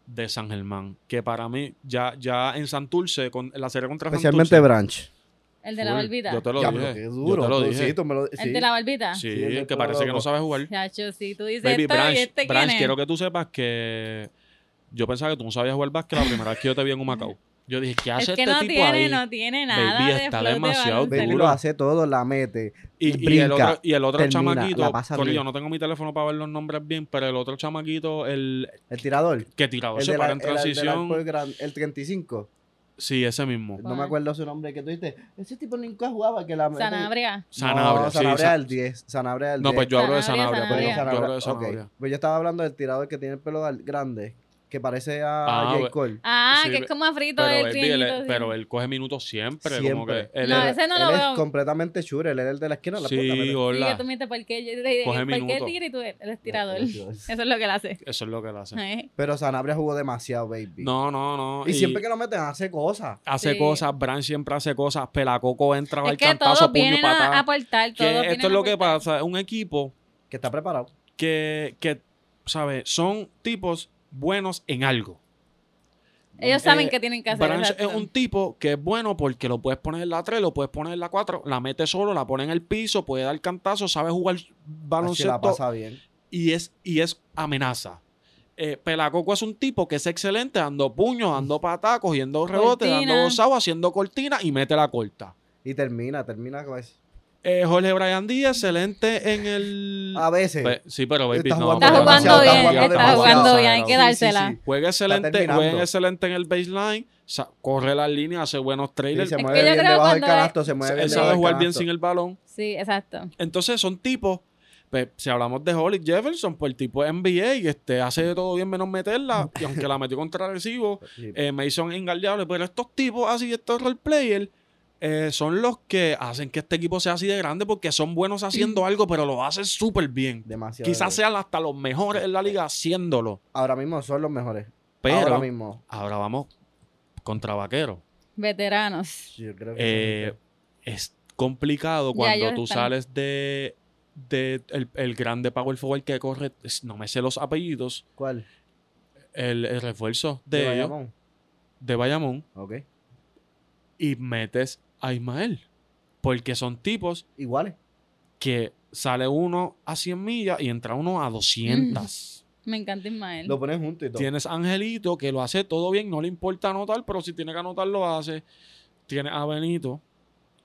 [SPEAKER 1] de San Germán. Que para mí, ya, ya en Santurce, con en la serie contra
[SPEAKER 2] Especialmente
[SPEAKER 1] Santurce.
[SPEAKER 2] Branch.
[SPEAKER 3] El de la
[SPEAKER 1] Full.
[SPEAKER 3] barbita.
[SPEAKER 1] Yo te lo
[SPEAKER 2] Ya, pero
[SPEAKER 1] dije.
[SPEAKER 2] qué
[SPEAKER 1] yo te lo
[SPEAKER 2] tú-
[SPEAKER 1] dije.
[SPEAKER 2] sí, tú me lo- sí.
[SPEAKER 3] El de la barbita.
[SPEAKER 1] Sí,
[SPEAKER 2] Sí, yo
[SPEAKER 1] el
[SPEAKER 2] te
[SPEAKER 1] que
[SPEAKER 2] lo
[SPEAKER 1] parece que
[SPEAKER 2] loco.
[SPEAKER 1] no sabe jugar.
[SPEAKER 3] Chacho, sí, tú dices
[SPEAKER 1] Baby,
[SPEAKER 3] esto y
[SPEAKER 1] Branch,
[SPEAKER 3] este
[SPEAKER 1] Branch,
[SPEAKER 3] quién es.
[SPEAKER 1] quiero que tú sepas que yo pensaba que tú no sabías jugar básquet la primera vez que yo te vi en un Macao. Yo dije, ¿qué
[SPEAKER 3] Es
[SPEAKER 1] hace
[SPEAKER 3] que
[SPEAKER 1] este
[SPEAKER 3] no
[SPEAKER 1] tipo
[SPEAKER 3] tiene,
[SPEAKER 1] ahí?
[SPEAKER 3] no tiene nada
[SPEAKER 1] Baby,
[SPEAKER 3] de
[SPEAKER 1] está
[SPEAKER 3] flow de
[SPEAKER 1] demasiado
[SPEAKER 3] baloncesto.
[SPEAKER 2] Baby
[SPEAKER 1] Seguro.
[SPEAKER 2] lo hace todo, la mete.
[SPEAKER 1] Y,
[SPEAKER 2] Y
[SPEAKER 1] y el
[SPEAKER 2] brinca,
[SPEAKER 1] otro, y el otro
[SPEAKER 2] termina, la
[SPEAKER 1] chamaquito,
[SPEAKER 2] pasa
[SPEAKER 1] coño,
[SPEAKER 2] bien.
[SPEAKER 1] yo no tengo mi teléfono para ver los nombres bien, pero el otro chamaquito, el
[SPEAKER 2] El tirador.
[SPEAKER 1] que tiraba
[SPEAKER 2] El
[SPEAKER 1] se
[SPEAKER 2] de la-
[SPEAKER 1] para en
[SPEAKER 2] el- el de la
[SPEAKER 1] transición.
[SPEAKER 2] Alcohol Gran- el 35.
[SPEAKER 1] sí, ese mismo.
[SPEAKER 2] No me
[SPEAKER 3] ¿Cuál?
[SPEAKER 2] acuerdo su nombre que tú dijiste. Ese tipo nunca jugaba. Que la mete-
[SPEAKER 3] Sanabria.
[SPEAKER 1] Sanabria.
[SPEAKER 2] No,
[SPEAKER 1] sí,
[SPEAKER 2] Sanabria
[SPEAKER 1] Sa-
[SPEAKER 2] del 10. Sanabria del
[SPEAKER 1] no,
[SPEAKER 2] 10.
[SPEAKER 1] pues yo hablo de
[SPEAKER 3] Sanabria,
[SPEAKER 1] Sanabria.
[SPEAKER 2] Pero
[SPEAKER 1] perdón,
[SPEAKER 2] Sanabria,
[SPEAKER 1] yo hablo de
[SPEAKER 2] ok.
[SPEAKER 1] Sanabria.
[SPEAKER 2] Pues yo estaba hablando del tirador que tiene el pelo al- grande, que parece a
[SPEAKER 1] Ah,
[SPEAKER 2] J.
[SPEAKER 1] bueno.
[SPEAKER 2] Cole.
[SPEAKER 3] Ah,
[SPEAKER 1] Sí,
[SPEAKER 3] que es como afrito
[SPEAKER 1] Pero,
[SPEAKER 3] el
[SPEAKER 1] él, él-
[SPEAKER 3] triñito. sí.
[SPEAKER 1] pero él coge minutos siempre. Como que
[SPEAKER 2] Siempre.
[SPEAKER 1] él
[SPEAKER 3] No,
[SPEAKER 1] es-
[SPEAKER 3] ese no
[SPEAKER 2] él
[SPEAKER 3] lo
[SPEAKER 2] es
[SPEAKER 3] veo.
[SPEAKER 2] completamente sure, él es el de la esquina. La puta,
[SPEAKER 1] sí,
[SPEAKER 2] pero-
[SPEAKER 3] Sí, que
[SPEAKER 1] hola.
[SPEAKER 3] tú me dices, ¿por qué? Yo te dije,
[SPEAKER 1] Coge
[SPEAKER 3] ¿por qué
[SPEAKER 1] minutos.
[SPEAKER 3] tira y tú eres tirador? <laughs> Eso
[SPEAKER 2] Dios.
[SPEAKER 3] es lo que él hace.
[SPEAKER 1] Eso es lo que él hace.
[SPEAKER 3] Ay,
[SPEAKER 2] Pero Sanabria jugó demasiado, baby.
[SPEAKER 1] No, no, no.
[SPEAKER 2] y, siempre que lo meten hace cosas.
[SPEAKER 1] hace
[SPEAKER 3] Sí.
[SPEAKER 1] cosas, Bran siempre hace cosas, Pelacoco entra al
[SPEAKER 3] Es que todos
[SPEAKER 1] cantazo, puño y
[SPEAKER 3] vienen a a
[SPEAKER 1] patada.
[SPEAKER 3] aportar.
[SPEAKER 1] Que
[SPEAKER 3] todos vienen
[SPEAKER 1] esto es
[SPEAKER 3] a
[SPEAKER 1] lo que
[SPEAKER 3] aportar.
[SPEAKER 1] pasa, es un equipo
[SPEAKER 2] Que está preparado.
[SPEAKER 1] que, que ¿sabes? Son tipos buenos en algo.
[SPEAKER 3] Ellos
[SPEAKER 1] Eh,
[SPEAKER 3] saben qué tienen que hacer.
[SPEAKER 1] Branch es
[SPEAKER 3] exacto.
[SPEAKER 1] un tipo que es bueno porque lo puedes poner en la 3, lo puedes poner en la 4, la mete solo, la pone en el piso, puede dar cantazo, sabe jugar
[SPEAKER 2] Así la
[SPEAKER 1] baloncesto
[SPEAKER 2] pasa bien.
[SPEAKER 1] y es, y es amenaza. Eh, Pelacoco es un tipo que es excelente dando puños, dando patas, cogiendo rebotes, dando
[SPEAKER 3] Cortina.
[SPEAKER 1] gozado, haciendo cortina y mete la corta.
[SPEAKER 2] Y termina, termina. como es-
[SPEAKER 1] Eh, Jorge Brian Díaz, excelente en el.
[SPEAKER 2] A veces.
[SPEAKER 1] Pe- Pues, sí, pero baby,
[SPEAKER 2] Está
[SPEAKER 1] no,
[SPEAKER 2] jugando
[SPEAKER 1] pero
[SPEAKER 3] Está jugando
[SPEAKER 1] demasiado,
[SPEAKER 3] bien,
[SPEAKER 1] demasiado,
[SPEAKER 3] está
[SPEAKER 1] demasiado.
[SPEAKER 3] jugando
[SPEAKER 2] demasiado,
[SPEAKER 3] bien, hay que
[SPEAKER 2] sí, sí,
[SPEAKER 3] dársela.
[SPEAKER 2] sí.
[SPEAKER 1] Juega excelente,
[SPEAKER 2] terminando.
[SPEAKER 1] juega excelente en el baseline, sa- corre las líneas, hace buenos
[SPEAKER 2] Sí,
[SPEAKER 1] trailers.
[SPEAKER 2] se
[SPEAKER 3] que
[SPEAKER 2] mueve
[SPEAKER 3] yo
[SPEAKER 2] bien
[SPEAKER 3] creo
[SPEAKER 2] debajo del
[SPEAKER 3] cuando es-
[SPEAKER 2] canasto, se mueve bien
[SPEAKER 1] él
[SPEAKER 2] debajo
[SPEAKER 1] sabe
[SPEAKER 2] del
[SPEAKER 1] jugar bien
[SPEAKER 2] canasto.
[SPEAKER 1] sin el balón.
[SPEAKER 3] Sí, exacto.
[SPEAKER 1] Entonces son tipos, pues, si hablamos de Holly Jefferson, pues el tipo es NBA y este, hace de todo bien menos meterla, y aunque la metió contra agresivo,
[SPEAKER 2] Sí.
[SPEAKER 1] eh, Mason engaldeable, pero estos tipos así, estos role players, son los que hacen que este equipo sea así de grande porque son buenos haciendo algo, pero lo hacen súper bien.
[SPEAKER 2] Demasiado.
[SPEAKER 1] Quizás
[SPEAKER 2] bien.
[SPEAKER 1] sean hasta los mejores en la liga haciéndolo.
[SPEAKER 2] Ahora mismo son los mejores.
[SPEAKER 1] Pero
[SPEAKER 2] Ahora
[SPEAKER 1] ahora,
[SPEAKER 2] mismo.
[SPEAKER 1] vamos contra Vaquero.
[SPEAKER 3] Veteranos.
[SPEAKER 2] Yo creo que
[SPEAKER 1] Eh,
[SPEAKER 2] sí.
[SPEAKER 1] es complicado
[SPEAKER 3] Ya
[SPEAKER 1] cuando
[SPEAKER 3] ellos
[SPEAKER 1] tú
[SPEAKER 3] están.
[SPEAKER 1] sales de, de el, el grande power forward que corre. es- No me sé los apellidos.
[SPEAKER 2] ¿Cuál?
[SPEAKER 1] El, el refuerzo de, ellos,
[SPEAKER 2] Bayamón?
[SPEAKER 1] de Bayamón,
[SPEAKER 2] Ok.
[SPEAKER 1] y metes a Ismael. Porque son tipos
[SPEAKER 2] Iguales.
[SPEAKER 1] que sale uno a 100 millas y entra uno a 200.
[SPEAKER 3] Me encanta Ismael.
[SPEAKER 2] Lo ponen juntos y todo.
[SPEAKER 1] Tienes a Angelito que lo hace todo bien, no le importa anotar, pero si tiene que anotar lo hace. Tienes a Benito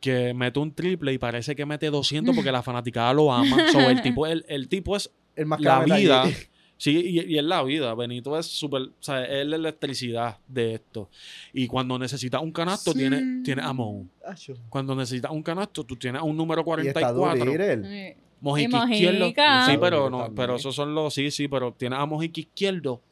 [SPEAKER 1] que mete un triple y parece que mete 200 porque la fanaticada lo ama.
[SPEAKER 2] <laughs>
[SPEAKER 1] So, el, tipo, el, el tipo es
[SPEAKER 2] El más
[SPEAKER 1] la
[SPEAKER 2] caro de
[SPEAKER 1] vida.
[SPEAKER 2] allí.
[SPEAKER 1] Sí, y, y es la vida. Benito es súper, o sea, es la electricidad de esto. Y cuando necesitas un canasto,
[SPEAKER 3] Sí.
[SPEAKER 1] tienes tiene a Moe.
[SPEAKER 2] <laughs> Acho.
[SPEAKER 1] Cuando necesitas un canasto, tú tienes a un número
[SPEAKER 2] Y está
[SPEAKER 1] 44.
[SPEAKER 2] Duriel.
[SPEAKER 3] Sí.
[SPEAKER 1] Mojica
[SPEAKER 3] Y
[SPEAKER 1] izquierdo.
[SPEAKER 3] Mojica.
[SPEAKER 1] Sí,
[SPEAKER 2] Claro,
[SPEAKER 1] pero
[SPEAKER 2] Mojica
[SPEAKER 1] no,
[SPEAKER 2] también.
[SPEAKER 1] pero esos son los, sí, sí, pero tienes a Mojica izquierdo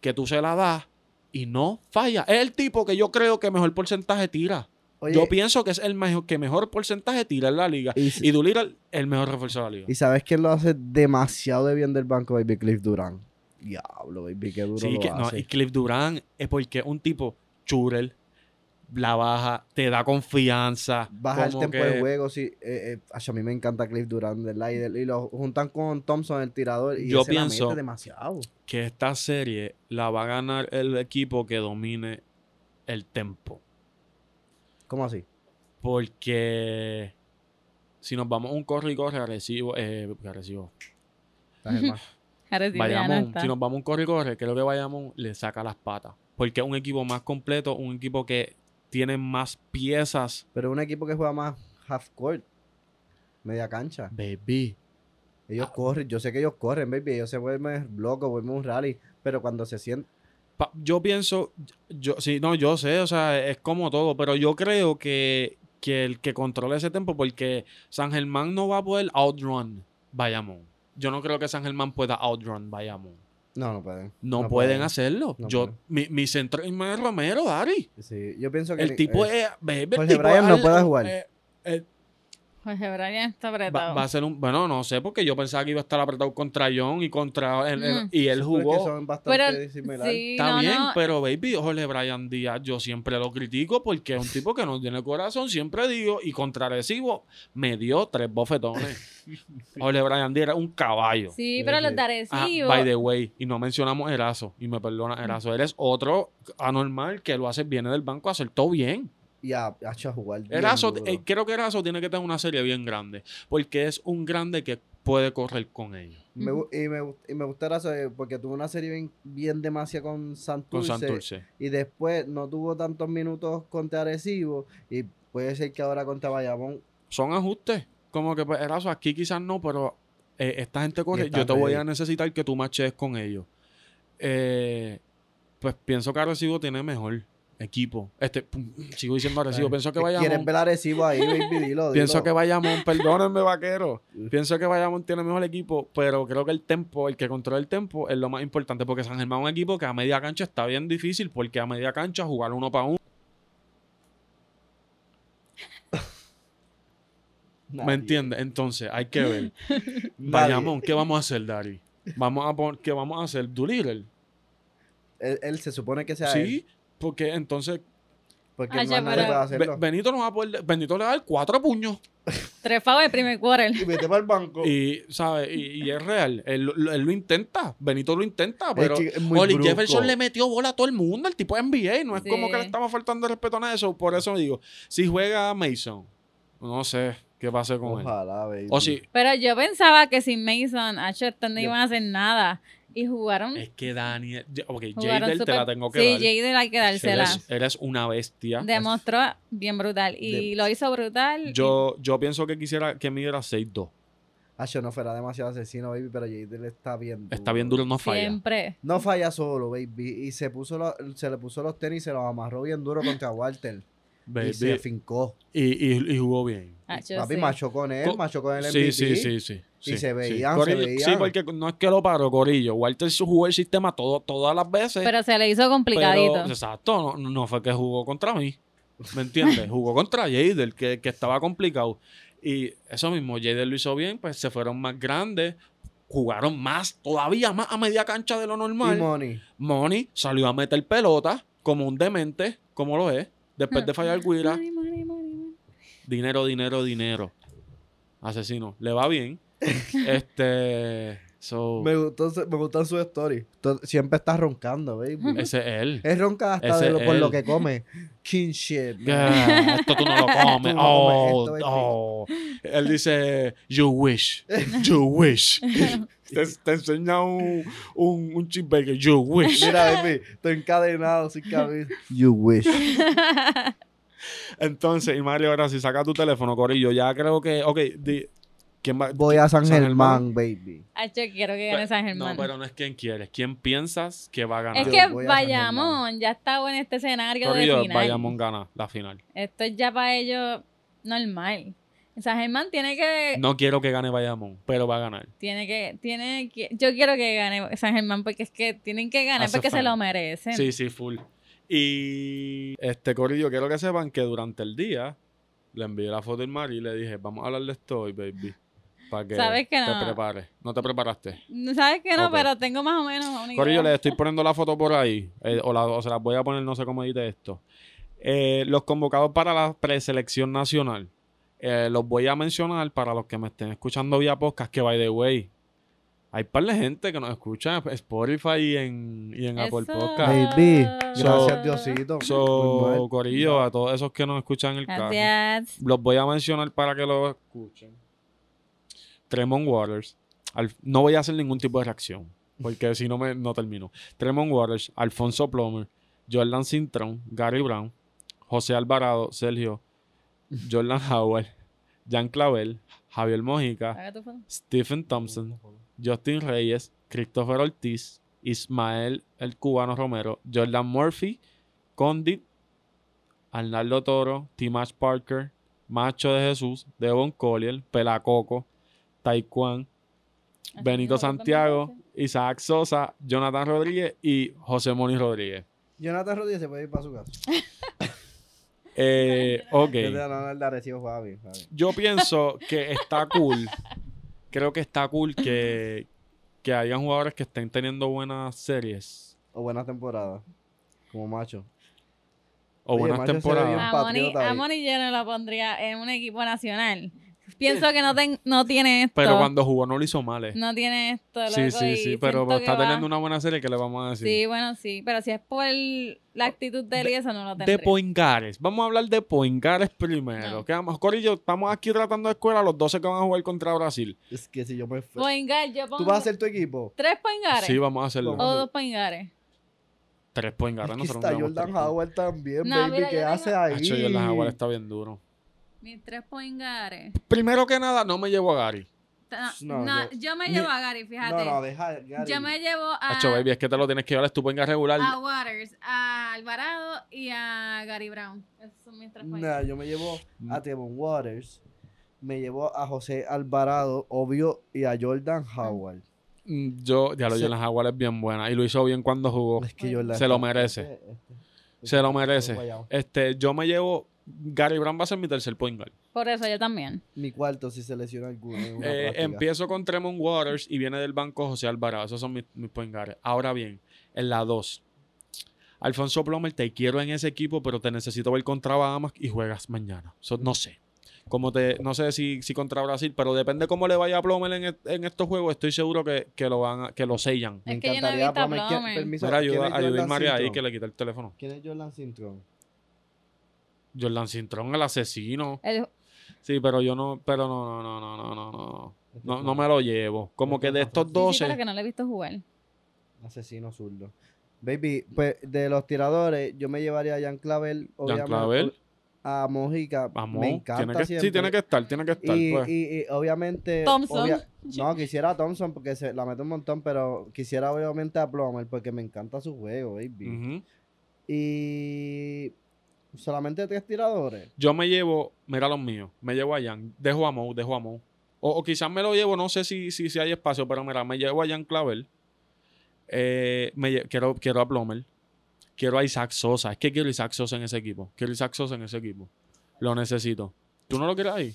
[SPEAKER 1] que tú se la das y no falla. Es el tipo que yo creo que mejor porcentaje tira.
[SPEAKER 2] Oye,
[SPEAKER 1] yo pienso que es el mejor, que mejor porcentaje tira en la liga.
[SPEAKER 2] y,
[SPEAKER 1] Y Dulira el mejor refuerzo de la liga.
[SPEAKER 2] y sabes quién lo hace demasiado de bien del banco, Baby Cliff Durán. Diablo, Baby, qué duro
[SPEAKER 1] Sí,
[SPEAKER 2] lo
[SPEAKER 1] que, no,
[SPEAKER 2] hace.
[SPEAKER 1] y Cliff Durán es porque un tipo churel, la baja, te da confianza.
[SPEAKER 2] Baja el
[SPEAKER 1] como
[SPEAKER 2] tiempo
[SPEAKER 1] que-
[SPEAKER 2] de juego, sí. eh, eh, acho, a mí me encanta Cliff Durán, ¿verdad? Y, del- y lo juntan con Thompson, el tirador, y
[SPEAKER 1] Yo
[SPEAKER 2] ese la mete
[SPEAKER 1] pienso-
[SPEAKER 2] demasiado.
[SPEAKER 1] que esta serie la va a ganar el equipo que domine el tempo.
[SPEAKER 2] ¿Cómo así?
[SPEAKER 1] Porque si nos vamos a un corre y corre agresivo, eh, agresivo.
[SPEAKER 2] Estás en más.
[SPEAKER 3] Arecibo ya no
[SPEAKER 1] Bayamón,
[SPEAKER 3] está.
[SPEAKER 1] si nos vamos a un corre y corre, creo que Bayamón le saca las patas. Porque es un equipo más completo, un equipo que tiene más piezas.
[SPEAKER 2] Pero un equipo que juega más half court, media cancha.
[SPEAKER 1] Baby.
[SPEAKER 2] Ellos
[SPEAKER 1] Ah.
[SPEAKER 2] corren, yo sé que ellos corren, baby. Ellos se vuelven locos, vuelven un rally. Pero cuando se sienten.
[SPEAKER 1] Pa- yo pienso, yo, sí, no, yo sé, o sea, es como todo, pero yo creo que, que el que controle ese tempo, porque San Germán no va a poder outrun Bayamón. Yo no creo que San Germán pueda outrun Bayamón.
[SPEAKER 2] No, no pueden.
[SPEAKER 1] No, pueden
[SPEAKER 2] No pueden.
[SPEAKER 1] hacerlo.
[SPEAKER 2] No
[SPEAKER 1] yo,
[SPEAKER 2] pueden.
[SPEAKER 1] mi, mi centro es Romero, Dari.
[SPEAKER 2] Sí, yo pienso que.
[SPEAKER 1] El tipo
[SPEAKER 2] eh,
[SPEAKER 1] es. baby, el
[SPEAKER 2] Jorge
[SPEAKER 1] tipo
[SPEAKER 2] Bryan no
[SPEAKER 1] al-
[SPEAKER 2] puede jugar.
[SPEAKER 1] eh, eh,
[SPEAKER 3] Jorge Bryan está
[SPEAKER 1] Va,
[SPEAKER 3] apretado.
[SPEAKER 1] va a ser un. Bueno, no sé, porque yo pensaba que iba a estar apretado contra John y contra. el- el-
[SPEAKER 3] Mm.
[SPEAKER 1] y él
[SPEAKER 2] Porque
[SPEAKER 1] jugó.
[SPEAKER 2] son bastante
[SPEAKER 3] Pero-
[SPEAKER 2] disimilares.
[SPEAKER 3] sí.
[SPEAKER 1] Está
[SPEAKER 3] no,
[SPEAKER 1] bien, pues.
[SPEAKER 3] no.
[SPEAKER 1] pero baby, Jorge Brian Díaz, yo siempre lo critico porque es un tipo que no tiene corazón, siempre digo, y contra Arecibo me dio tres
[SPEAKER 2] <laughs>
[SPEAKER 1] bofetones. Jorge Brian Díaz era un caballo.
[SPEAKER 3] Sí, pero los de
[SPEAKER 1] Ah,
[SPEAKER 3] Arecibo.
[SPEAKER 1] by the way, y no mencionamos Erazo, y me perdona
[SPEAKER 2] Mm.
[SPEAKER 1] Erazo, eres otro anormal que lo hace, viene del banco, acertó bien.
[SPEAKER 2] Y a, acho, a jugar. bien
[SPEAKER 1] Erazo,
[SPEAKER 2] duro.
[SPEAKER 1] eh, creo que Erazo tiene que tener una serie bien grande, porque es un grande que puede correr con ellos.
[SPEAKER 2] Me gu- y, me, gust- y me gusta Erazo eh, porque tuvo una serie bien, bien demasiado con
[SPEAKER 1] Con
[SPEAKER 2] Santurce,
[SPEAKER 1] Santurce.
[SPEAKER 2] Y después no tuvo tantos minutos contra Arecibo. Y puede ser que ahora contra Bayamón.
[SPEAKER 1] Son ajustes. Como que pues, Erazo, aquí quizás no, pero eh, esta gente corre.
[SPEAKER 2] está
[SPEAKER 1] Yo te voy
[SPEAKER 2] ready.
[SPEAKER 1] a necesitar que tú machees con ellos. Eh, pues pienso que Arecibo tiene mejor equipo. Este, pum, sigo diciendo Arecibo.
[SPEAKER 2] Ay,
[SPEAKER 1] Pienso que
[SPEAKER 2] Quieres
[SPEAKER 1] Bayamón.
[SPEAKER 2] eh, ver a Arecibo ahí, baby, dilo, dilo.
[SPEAKER 1] <laughs> Pienso que Bayamón,
[SPEAKER 2] <laughs>
[SPEAKER 1] perdónenme, vaquero.
[SPEAKER 2] Mm.
[SPEAKER 1] Pienso que Bayamón tiene mejor equipo, pero creo que el tempo, el que controla el tempo, es lo más importante. Porque San Germán es un equipo que a media cancha está bien difícil, porque a media cancha jugar uno para uno.
[SPEAKER 2] Nadie.
[SPEAKER 1] ¿Me entiendes? Entonces, hay que ver.
[SPEAKER 2] <laughs> Nadie.
[SPEAKER 1] Bayamón, ¿qué vamos a hacer, Dari? Vamos a pon- ¿Qué vamos a hacer? ¿Doolittle?
[SPEAKER 2] Él, él se supone que sea él,
[SPEAKER 1] Sí, porque entonces
[SPEAKER 2] Porque
[SPEAKER 3] Ay,
[SPEAKER 2] no
[SPEAKER 3] Ah, ya,
[SPEAKER 2] hay nadie
[SPEAKER 3] pero-
[SPEAKER 2] puede
[SPEAKER 1] Be-
[SPEAKER 2] hacerlo.
[SPEAKER 1] Benito nos va a poder. Benito le va a dar cuatro puños.
[SPEAKER 3] Tres fouls de primer quarter. <laughs>
[SPEAKER 2] Y vete para el banco.
[SPEAKER 1] Y, ¿sabes? Y, y es real. Él, lo- él lo intenta. Benito lo intenta,
[SPEAKER 2] Es
[SPEAKER 1] pero.
[SPEAKER 2] que es muy
[SPEAKER 1] Oli
[SPEAKER 2] brusco.
[SPEAKER 1] Jefferson le metió bola a todo el mundo, el tipo es NBA, no es como que le
[SPEAKER 3] Sí.
[SPEAKER 1] estaba faltando el respeto a nada de eso, por eso digo, si juega Mason, no sé qué pase con él.
[SPEAKER 2] Ojalá, baby.
[SPEAKER 1] O si
[SPEAKER 3] Pero yo pensaba que sin Mason, Acho, estos no
[SPEAKER 2] Yo-
[SPEAKER 3] iban a hacer nada. Y jugaron.
[SPEAKER 1] es que Daniel, ya- ok,
[SPEAKER 3] jugaron
[SPEAKER 1] Jadel te
[SPEAKER 3] súper-
[SPEAKER 1] la tengo que
[SPEAKER 3] Sí,
[SPEAKER 1] dar.
[SPEAKER 3] Jadel hay que dársela.
[SPEAKER 1] Eres, eres una bestia.
[SPEAKER 3] Demostró bien brutal. Y
[SPEAKER 2] De-
[SPEAKER 3] lo hizo brutal.
[SPEAKER 1] Yo, yo pienso que quisiera que midiera 6-2.
[SPEAKER 2] Acho, Ah, no fuera demasiado asesino, baby, pero Jaden está bien
[SPEAKER 1] Está bien duro, no
[SPEAKER 3] y
[SPEAKER 1] falla.
[SPEAKER 3] siempre.
[SPEAKER 2] No falla solo, baby. Y se, puso lo- se le puso los tenis y se los amarró bien duro contra Walter.
[SPEAKER 1] baby.
[SPEAKER 2] Y se fincó.
[SPEAKER 1] Y, y- y jugó bien.
[SPEAKER 3] Acho,
[SPEAKER 2] Papi
[SPEAKER 3] sí.
[SPEAKER 2] machó con él,
[SPEAKER 1] Co-
[SPEAKER 2] machó con el MVP.
[SPEAKER 1] Sí, sí, sí, sí.
[SPEAKER 2] Y
[SPEAKER 1] sí,
[SPEAKER 2] se
[SPEAKER 1] sí.
[SPEAKER 2] veían, se
[SPEAKER 1] Corillo- Sí,
[SPEAKER 2] veían.
[SPEAKER 1] porque no es que lo paró, Corillo. Walter jugó el sistema todo, todas las veces.
[SPEAKER 3] Pero se le hizo complicadito.
[SPEAKER 1] Pero, exacto, no, no fue que jugó contra mí. ¿Me
[SPEAKER 2] <laughs>
[SPEAKER 1] entiendes? jugó contra Jader, que, que estaba complicado. Y eso mismo, Jader lo hizo bien, pues se fueron más grandes, jugaron más, todavía más a media cancha de lo
[SPEAKER 2] Y
[SPEAKER 1] normal.
[SPEAKER 2] Money.
[SPEAKER 1] Moni salió a meter pelota como un demente, como lo es, después de fallar Guira.
[SPEAKER 3] Ay, mari, mari, mari.
[SPEAKER 1] Dinero, dinero, dinero. Asesino, le va
[SPEAKER 2] <laughs>
[SPEAKER 1] bien. Este. so,
[SPEAKER 2] Me, gustó, su- me gustan sus stories. To- Siempre está roncando, baby.
[SPEAKER 1] ese es él.
[SPEAKER 2] Es ronca hasta
[SPEAKER 1] Ese
[SPEAKER 2] de lo- por
[SPEAKER 1] él.
[SPEAKER 2] lo que come. King shit. man.
[SPEAKER 1] Yeah, <laughs> esto tú no lo comes.
[SPEAKER 2] Tú no
[SPEAKER 1] oh,
[SPEAKER 2] comes esto,
[SPEAKER 1] oh. Él dice, you wish, you wish. <laughs> te, te enseña un, un, un chip baker, you <laughs> wish.
[SPEAKER 2] Mira, baby, estoy encadenado sin cabeza. You wish.
[SPEAKER 1] Entonces, y Mario, ahora si saca tu teléfono, Corillo, ya creo que, ok, di- ¿quién va?
[SPEAKER 2] Voy a San,
[SPEAKER 1] San
[SPEAKER 2] Germán, baby.
[SPEAKER 3] Acho, quiero que gane San Germán.
[SPEAKER 1] No, pero no es quien quieres, ¿quién piensas que va a ganar?
[SPEAKER 3] es
[SPEAKER 2] Yo
[SPEAKER 3] que
[SPEAKER 2] voy a San Germán.
[SPEAKER 3] Bayamón ya estaba en este escenario de
[SPEAKER 1] Corillo,
[SPEAKER 3] final.
[SPEAKER 1] Bayamón gana la final.
[SPEAKER 3] Esto es ya para ellos normal. San Germán tiene que
[SPEAKER 1] No quiero que gane Bayamón, pero va a ganar.
[SPEAKER 3] Tiene que, tiene que, yo quiero que gane San Germán porque es que tienen que ganar
[SPEAKER 1] Hace
[SPEAKER 3] porque se
[SPEAKER 1] falta.
[SPEAKER 3] lo merecen.
[SPEAKER 1] Sí, sí, full. Y este Corillo, quiero que sepan que durante el día le envié la foto del Mari y le dije, vamos a hablar de esto hoy, baby. Para que,
[SPEAKER 3] Sabes que
[SPEAKER 1] te
[SPEAKER 3] no.
[SPEAKER 1] prepares. No te preparaste.
[SPEAKER 3] Sabes que no,
[SPEAKER 1] Ok.
[SPEAKER 3] pero tengo más o menos una idea.
[SPEAKER 1] Corillo, les estoy poniendo la foto por ahí. eh, o, la- o se las voy a poner, no sé cómo edite esto. Eh, los convocados para la preselección nacional. eh, los voy a mencionar para los que me estén escuchando vía podcast, que by the way. Hay par de gente que nos escucha en Spotify y en, y en Apple
[SPEAKER 3] Eso.
[SPEAKER 1] Podcast.
[SPEAKER 2] Baby,
[SPEAKER 1] Ah. So-
[SPEAKER 2] gracias Diosito.
[SPEAKER 1] So,
[SPEAKER 2] Normal.
[SPEAKER 1] Corillo, a todos esos que nos escuchan en el carro,
[SPEAKER 3] Gracias.
[SPEAKER 1] los voy a mencionar para que lo escuchen. Tremont Waters. Al- no voy a hacer ningún tipo de reacción, porque si no, me, no termino. Tremont Waters, Alfonso Plomer, Jordan Cintrón, Gary Brown, José Alvarado, Sergio, Jordan Howard, Jan Clavel, Javier Mojica,
[SPEAKER 3] Haga tu foto.
[SPEAKER 1] Stephen Thompson, Justin Reyes, Christopher Ortiz, Ismael el Cubano Romero, Jordan Murphy, Condit, Arnaldo Toro, Timash Parker, Macho de Jesús, Devon Collier, Pelacoco, Taekwondo,
[SPEAKER 3] Así
[SPEAKER 1] Benito
[SPEAKER 3] que foto
[SPEAKER 1] Santiago,
[SPEAKER 3] también,
[SPEAKER 1] Isaac Sosa, Jonathan
[SPEAKER 3] <laughs>
[SPEAKER 1] Rodríguez y José Moni Rodríguez.
[SPEAKER 2] Jonathan Rodríguez se puede ir para su casa.
[SPEAKER 1] Eh,
[SPEAKER 2] Yo te
[SPEAKER 1] ok.
[SPEAKER 2] no, el de Arecibo juega bien, juega bien.
[SPEAKER 1] Yo pienso que está cool. Creo que está cool
[SPEAKER 3] <laughs>
[SPEAKER 1] que, que hayan jugadores que estén teniendo buenas series
[SPEAKER 2] O buena temporada. Como macho.
[SPEAKER 1] o
[SPEAKER 2] Oye,
[SPEAKER 1] buenas
[SPEAKER 2] macho, se ve
[SPEAKER 1] temporadas.
[SPEAKER 2] bien.
[SPEAKER 3] A Moni,
[SPEAKER 2] patriota ahí.
[SPEAKER 3] a Moni yo no la pondría en un equipo nacional. Pienso que no, ten- no tiene esto.
[SPEAKER 1] Pero cuando jugó no lo hizo mal. eh.
[SPEAKER 3] No tiene esto, loco.
[SPEAKER 1] Sí, sí,
[SPEAKER 3] y
[SPEAKER 1] sí. Pero
[SPEAKER 3] siento que
[SPEAKER 1] está
[SPEAKER 3] va-
[SPEAKER 1] teniendo una buena serie que le vamos a decir.
[SPEAKER 3] Sí, bueno, sí. Pero si es por
[SPEAKER 2] Ah,
[SPEAKER 3] la actitud de él y eso, no lo tendría.
[SPEAKER 1] De Poingares. Vamos a hablar de Poingares primero.
[SPEAKER 3] No.
[SPEAKER 1] Que vamos, Corillo, estamos aquí tratando de escuela a los 12 que van a jugar contra Brasil.
[SPEAKER 2] Es que si yo me. fue-
[SPEAKER 3] Poingar, yo pongo
[SPEAKER 2] ¿Tú vas a hacer tu equipo?
[SPEAKER 3] tres poingares
[SPEAKER 1] Sí, vamos a hacerlo.
[SPEAKER 3] o dos poingares.
[SPEAKER 1] Tres
[SPEAKER 2] Es
[SPEAKER 1] Poingares.
[SPEAKER 2] que
[SPEAKER 1] Nosotros
[SPEAKER 2] está
[SPEAKER 1] nos damos
[SPEAKER 2] Jordan
[SPEAKER 1] tres.
[SPEAKER 2] Howard también,
[SPEAKER 3] No,
[SPEAKER 2] baby.
[SPEAKER 3] mira,
[SPEAKER 2] ¿Qué
[SPEAKER 3] yo
[SPEAKER 2] hace
[SPEAKER 3] tengo-
[SPEAKER 2] ahí?
[SPEAKER 1] Hacho, Jordan Howard está bien duro.
[SPEAKER 3] Mis tres poingares.
[SPEAKER 1] Primero que nada, no me llevo a Gary.
[SPEAKER 3] Ta-
[SPEAKER 2] No,
[SPEAKER 3] No,
[SPEAKER 2] yo-
[SPEAKER 3] yo, me
[SPEAKER 2] ni-
[SPEAKER 3] llevo a Gary, fíjate.
[SPEAKER 2] No, no, deja. Gary.
[SPEAKER 3] yo me llevo a,
[SPEAKER 1] Hacho, baby, es que te lo tienes que llevar. Es tu Poingar regular.
[SPEAKER 3] a Waters, a Alvarado y a Gary Brown. Esos son mis tres
[SPEAKER 2] No,
[SPEAKER 3] poingares.
[SPEAKER 2] yo me llevo a Tevon Waters. Me llevo a José Alvarado, obvio, y a Jordan Howard.
[SPEAKER 1] Mm, Yo, ya lo
[SPEAKER 2] Se-
[SPEAKER 1] Jordan Howard es bien buena. Y lo hizo bien cuando jugó.
[SPEAKER 2] Es que Jordan
[SPEAKER 1] Se lo
[SPEAKER 2] está-
[SPEAKER 1] merece.
[SPEAKER 2] este- este-
[SPEAKER 1] Se lo
[SPEAKER 2] este-
[SPEAKER 1] merece.
[SPEAKER 2] guayao.
[SPEAKER 1] Este, yo me llevo. Gary Brown va a ser mi tercer point guard.
[SPEAKER 3] Por eso yo también.
[SPEAKER 2] Mi cuarto, si se lesiona alguno. en una
[SPEAKER 1] Eh,
[SPEAKER 2] práctica.
[SPEAKER 1] empiezo con Tremont Waters y viene del banco José Alvarado. Esos son mis, mis point guards. Ahora bien, en la 2. Alfonso Plomer, te quiero en ese equipo, pero te necesito ver contra Bahamas y juegas mañana. So, no sé. Como te, no sé si, si contra Brasil, pero depende cómo le vaya a Plomer en, est- en estos juegos. Estoy seguro que, que lo van a- que lo sellan.
[SPEAKER 2] Me
[SPEAKER 3] Es que yo no he
[SPEAKER 2] encantaría
[SPEAKER 3] visto a
[SPEAKER 2] Plummer. ¿Quién-
[SPEAKER 3] Plummer.
[SPEAKER 2] permiso,
[SPEAKER 1] Mira, ayuda,
[SPEAKER 2] ¿quién es
[SPEAKER 1] ayuda a
[SPEAKER 2] Jordan
[SPEAKER 1] Irmaria ahí
[SPEAKER 2] Cintrón?
[SPEAKER 1] que le quita el teléfono.
[SPEAKER 2] ¿Quién es Jordan Cintrón?
[SPEAKER 1] Jordan Cintrón, el asesino.
[SPEAKER 3] El-
[SPEAKER 1] Sí, pero yo no, pero no, no, no, no, no, no.
[SPEAKER 2] Este
[SPEAKER 1] No, no me lo llevo. Como que de estos
[SPEAKER 3] sí, sí, pero
[SPEAKER 1] 12,
[SPEAKER 3] que no le he visto jugar.
[SPEAKER 2] Asesino zurdo. Baby, pues de los tiradores, yo me llevaría a Jan Clavel,
[SPEAKER 1] Dan
[SPEAKER 2] obviamente.
[SPEAKER 1] Clavel,
[SPEAKER 2] A Mojica.
[SPEAKER 1] Vamos,
[SPEAKER 2] me encanta
[SPEAKER 1] tiene que,
[SPEAKER 2] siempre.
[SPEAKER 1] sí, tiene que estar, tiene que estar.
[SPEAKER 2] Y,
[SPEAKER 1] pues.
[SPEAKER 2] y- y obviamente.
[SPEAKER 3] Thompson. <laughs>
[SPEAKER 2] no, quisiera a Thompson porque se la mete un montón, pero quisiera obviamente a Plummer porque me encanta su juego, baby.
[SPEAKER 1] Ujú.
[SPEAKER 2] Y. Solamente tres tiradores.
[SPEAKER 1] Yo me llevo, mira los míos, me llevo a Jan, dejo a Mo, dejo a Mo. O, o quizás me lo llevo, no sé si, si, si hay espacio, pero mira, me llevo a Jan Clavel. Eh, me lle- quiero, quiero a Plomer. Quiero a Isaac Sosa. Es que quiero a Isaac Sosa en ese equipo. Quiero a Isaac Sosa en ese equipo. Lo necesito. ¿Tú no lo quieres ahí?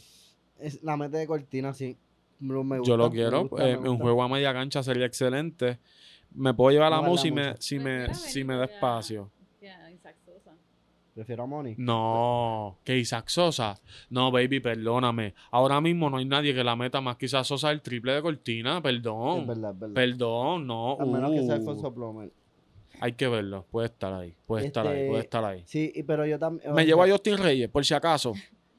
[SPEAKER 2] Es- la mete de cortina, sí. Lo- me gusta,
[SPEAKER 1] Yo lo
[SPEAKER 2] me
[SPEAKER 1] quiero.
[SPEAKER 2] gusta, me
[SPEAKER 1] eh, un
[SPEAKER 2] gusta.
[SPEAKER 1] juego a media cancha sería excelente. Me puedo llevar a
[SPEAKER 2] No
[SPEAKER 1] Mo
[SPEAKER 2] vale
[SPEAKER 1] si
[SPEAKER 2] la
[SPEAKER 1] me,
[SPEAKER 2] mucha.
[SPEAKER 1] si
[SPEAKER 3] Pues
[SPEAKER 1] me,
[SPEAKER 3] mira,
[SPEAKER 1] si
[SPEAKER 3] ven,
[SPEAKER 1] me da
[SPEAKER 3] ya.
[SPEAKER 1] espacio.
[SPEAKER 3] Ya, Isaac Sosa.
[SPEAKER 2] Prefiero a Moni.
[SPEAKER 1] No, que Isaac Sosa. No, baby, perdóname. Ahora mismo no hay nadie que la meta más que Isaac Sosa el triple de cortina.
[SPEAKER 2] Es
[SPEAKER 1] Perdón.
[SPEAKER 2] verdad, es verdad.
[SPEAKER 1] Perdón, no.
[SPEAKER 2] A menos que sea
[SPEAKER 1] uh.
[SPEAKER 2] Alfonso Plomer.
[SPEAKER 1] hay que verlo. Puede estar ahí. Puede estar ahí.
[SPEAKER 2] Este,
[SPEAKER 1] Puede estar ahí.
[SPEAKER 2] Sí, y- pero yo también.
[SPEAKER 1] Me llevo a Justin Reyes, por si acaso.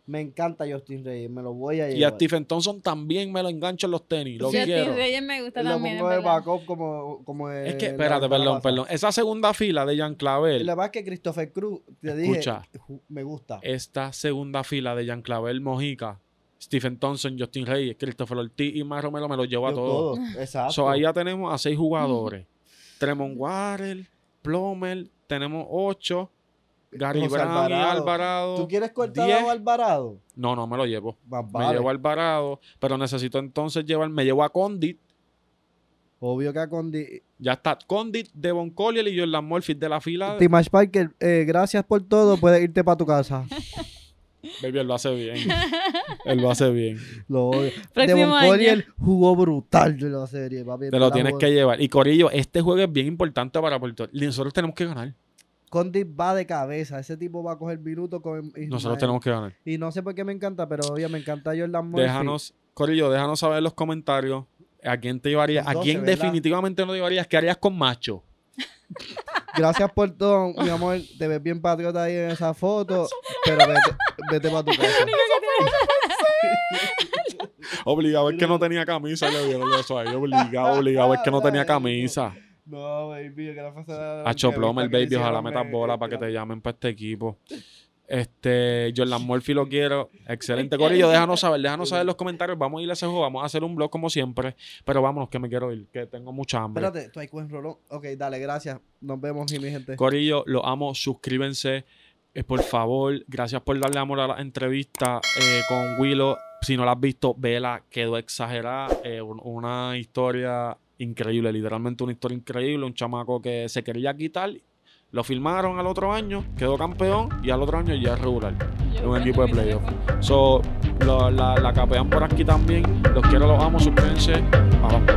[SPEAKER 2] Me encanta Justin Reyes, me lo voy a llevar.
[SPEAKER 1] Y a Stephen Thompson también me lo engancho en los tenis. Lo
[SPEAKER 3] Justin
[SPEAKER 1] quiero.
[SPEAKER 3] Reyes me gusta
[SPEAKER 2] Lo
[SPEAKER 3] también.
[SPEAKER 2] pongo
[SPEAKER 3] es
[SPEAKER 2] de
[SPEAKER 3] verdad.
[SPEAKER 2] backup como, como
[SPEAKER 1] Es que,
[SPEAKER 2] en Eh, la
[SPEAKER 1] espérate,
[SPEAKER 2] ventana
[SPEAKER 1] perdón,
[SPEAKER 2] pasada.
[SPEAKER 1] perdón. Esa segunda fila de Jan Clavel.
[SPEAKER 2] La verdad es que Christopher Cruz, te dije,
[SPEAKER 1] Escucha. Eh,
[SPEAKER 2] ju- me gusta.
[SPEAKER 1] esta segunda fila de Jean Clavel Mojica, Stephen Thompson, Justin Reyes, Christopher Ortiz y Mar Romero me los llevo a
[SPEAKER 2] Yo
[SPEAKER 1] todos.
[SPEAKER 2] todo, Exacto.
[SPEAKER 1] So, ahí ya tenemos a seis jugadores. Tremont Water, Plomer, tenemos ocho. Gary
[SPEAKER 2] José
[SPEAKER 1] Brown y
[SPEAKER 2] Alvarado.
[SPEAKER 1] Alvarado.
[SPEAKER 2] ¿Tú quieres cortar
[SPEAKER 1] diez.
[SPEAKER 2] a Alvarado?
[SPEAKER 1] No, no me lo llevo.
[SPEAKER 2] Más
[SPEAKER 1] Me
[SPEAKER 2] vale.
[SPEAKER 1] llevo a Alvarado, pero necesito entonces llevar, me llevo a Condit.
[SPEAKER 2] Obvio que a Condi.
[SPEAKER 1] Ya está Condit, Devon Collier y Jordan Murphy de la fila.
[SPEAKER 2] <laughs> Timash Parker, eh, gracias por todo. Puedes irte para
[SPEAKER 1] <laughs>
[SPEAKER 2] tu casa.
[SPEAKER 1] Baby, él lo hace bien.
[SPEAKER 2] <laughs>
[SPEAKER 1] él lo hace bien.
[SPEAKER 2] Lo odio.
[SPEAKER 3] Próximo
[SPEAKER 2] Devon
[SPEAKER 3] año.
[SPEAKER 2] Collier jugó brutal de la serie, papi.
[SPEAKER 1] Te lo tienes que llevar. Y Corillo, este juego es bien importante para Puerto Rico. Nosotros tenemos que ganar.
[SPEAKER 2] Condi va de cabeza. Ese tipo va a coger minutos con. Ismael.
[SPEAKER 1] Nosotros tenemos que ganar.
[SPEAKER 2] Y no sé por qué me encanta, pero obvio, me encanta Jordan Murphy.
[SPEAKER 1] Déjanos, Corillo, déjanos saber en los comentarios a quién te llevarías, a
[SPEAKER 2] Los
[SPEAKER 1] quién
[SPEAKER 2] 12, ¿verdad?
[SPEAKER 1] definitivamente no llevarías, qué harías con macho.
[SPEAKER 2] Gracias por todo, mi amor. Te ves bien patriota ahí en esa foto. pero vete, vete para tu
[SPEAKER 3] <laughs>
[SPEAKER 2] casa.
[SPEAKER 1] Obligado es que no tenía camisa, le dieron eso ahí. Obligado, obligado es que no tenía camisa.
[SPEAKER 2] No, baby, yo quiero pasar a
[SPEAKER 1] A Choploma, el baby, ojalá metas bola
[SPEAKER 2] bola
[SPEAKER 1] para que te llamen para este equipo. Este, Jordan Murphy lo quiero. Excelente, Corillo. Déjanos saber, déjanos saber en los comentarios. Vamos a ir a ese juego, vamos a hacer un blog como siempre. Pero vámonos, que me quiero ir, que tengo mucha hambre.
[SPEAKER 2] Espérate, tú hay cuen rolón. Ok, dale, gracias. Nos vemos, mi gente.
[SPEAKER 1] Corillo, lo amo. Suscríbanse, eh, por favor. Gracias por darle amor a la entrevista eh, con Willow. Si no la has visto, vela, quedó exagerada. Eh, un- una historia increíble, literalmente una historia increíble. Un chamaco que se quería quitar Lo firmaron al otro año, quedó campeón y al otro año ya es regular.
[SPEAKER 3] Yo
[SPEAKER 1] un
[SPEAKER 3] creo
[SPEAKER 1] equipo
[SPEAKER 3] que
[SPEAKER 1] de
[SPEAKER 3] me
[SPEAKER 1] playoff.
[SPEAKER 3] tocó.
[SPEAKER 1] So, lo- la, la capean por aquí también. Los quiero, los amo, suspense. Vamos.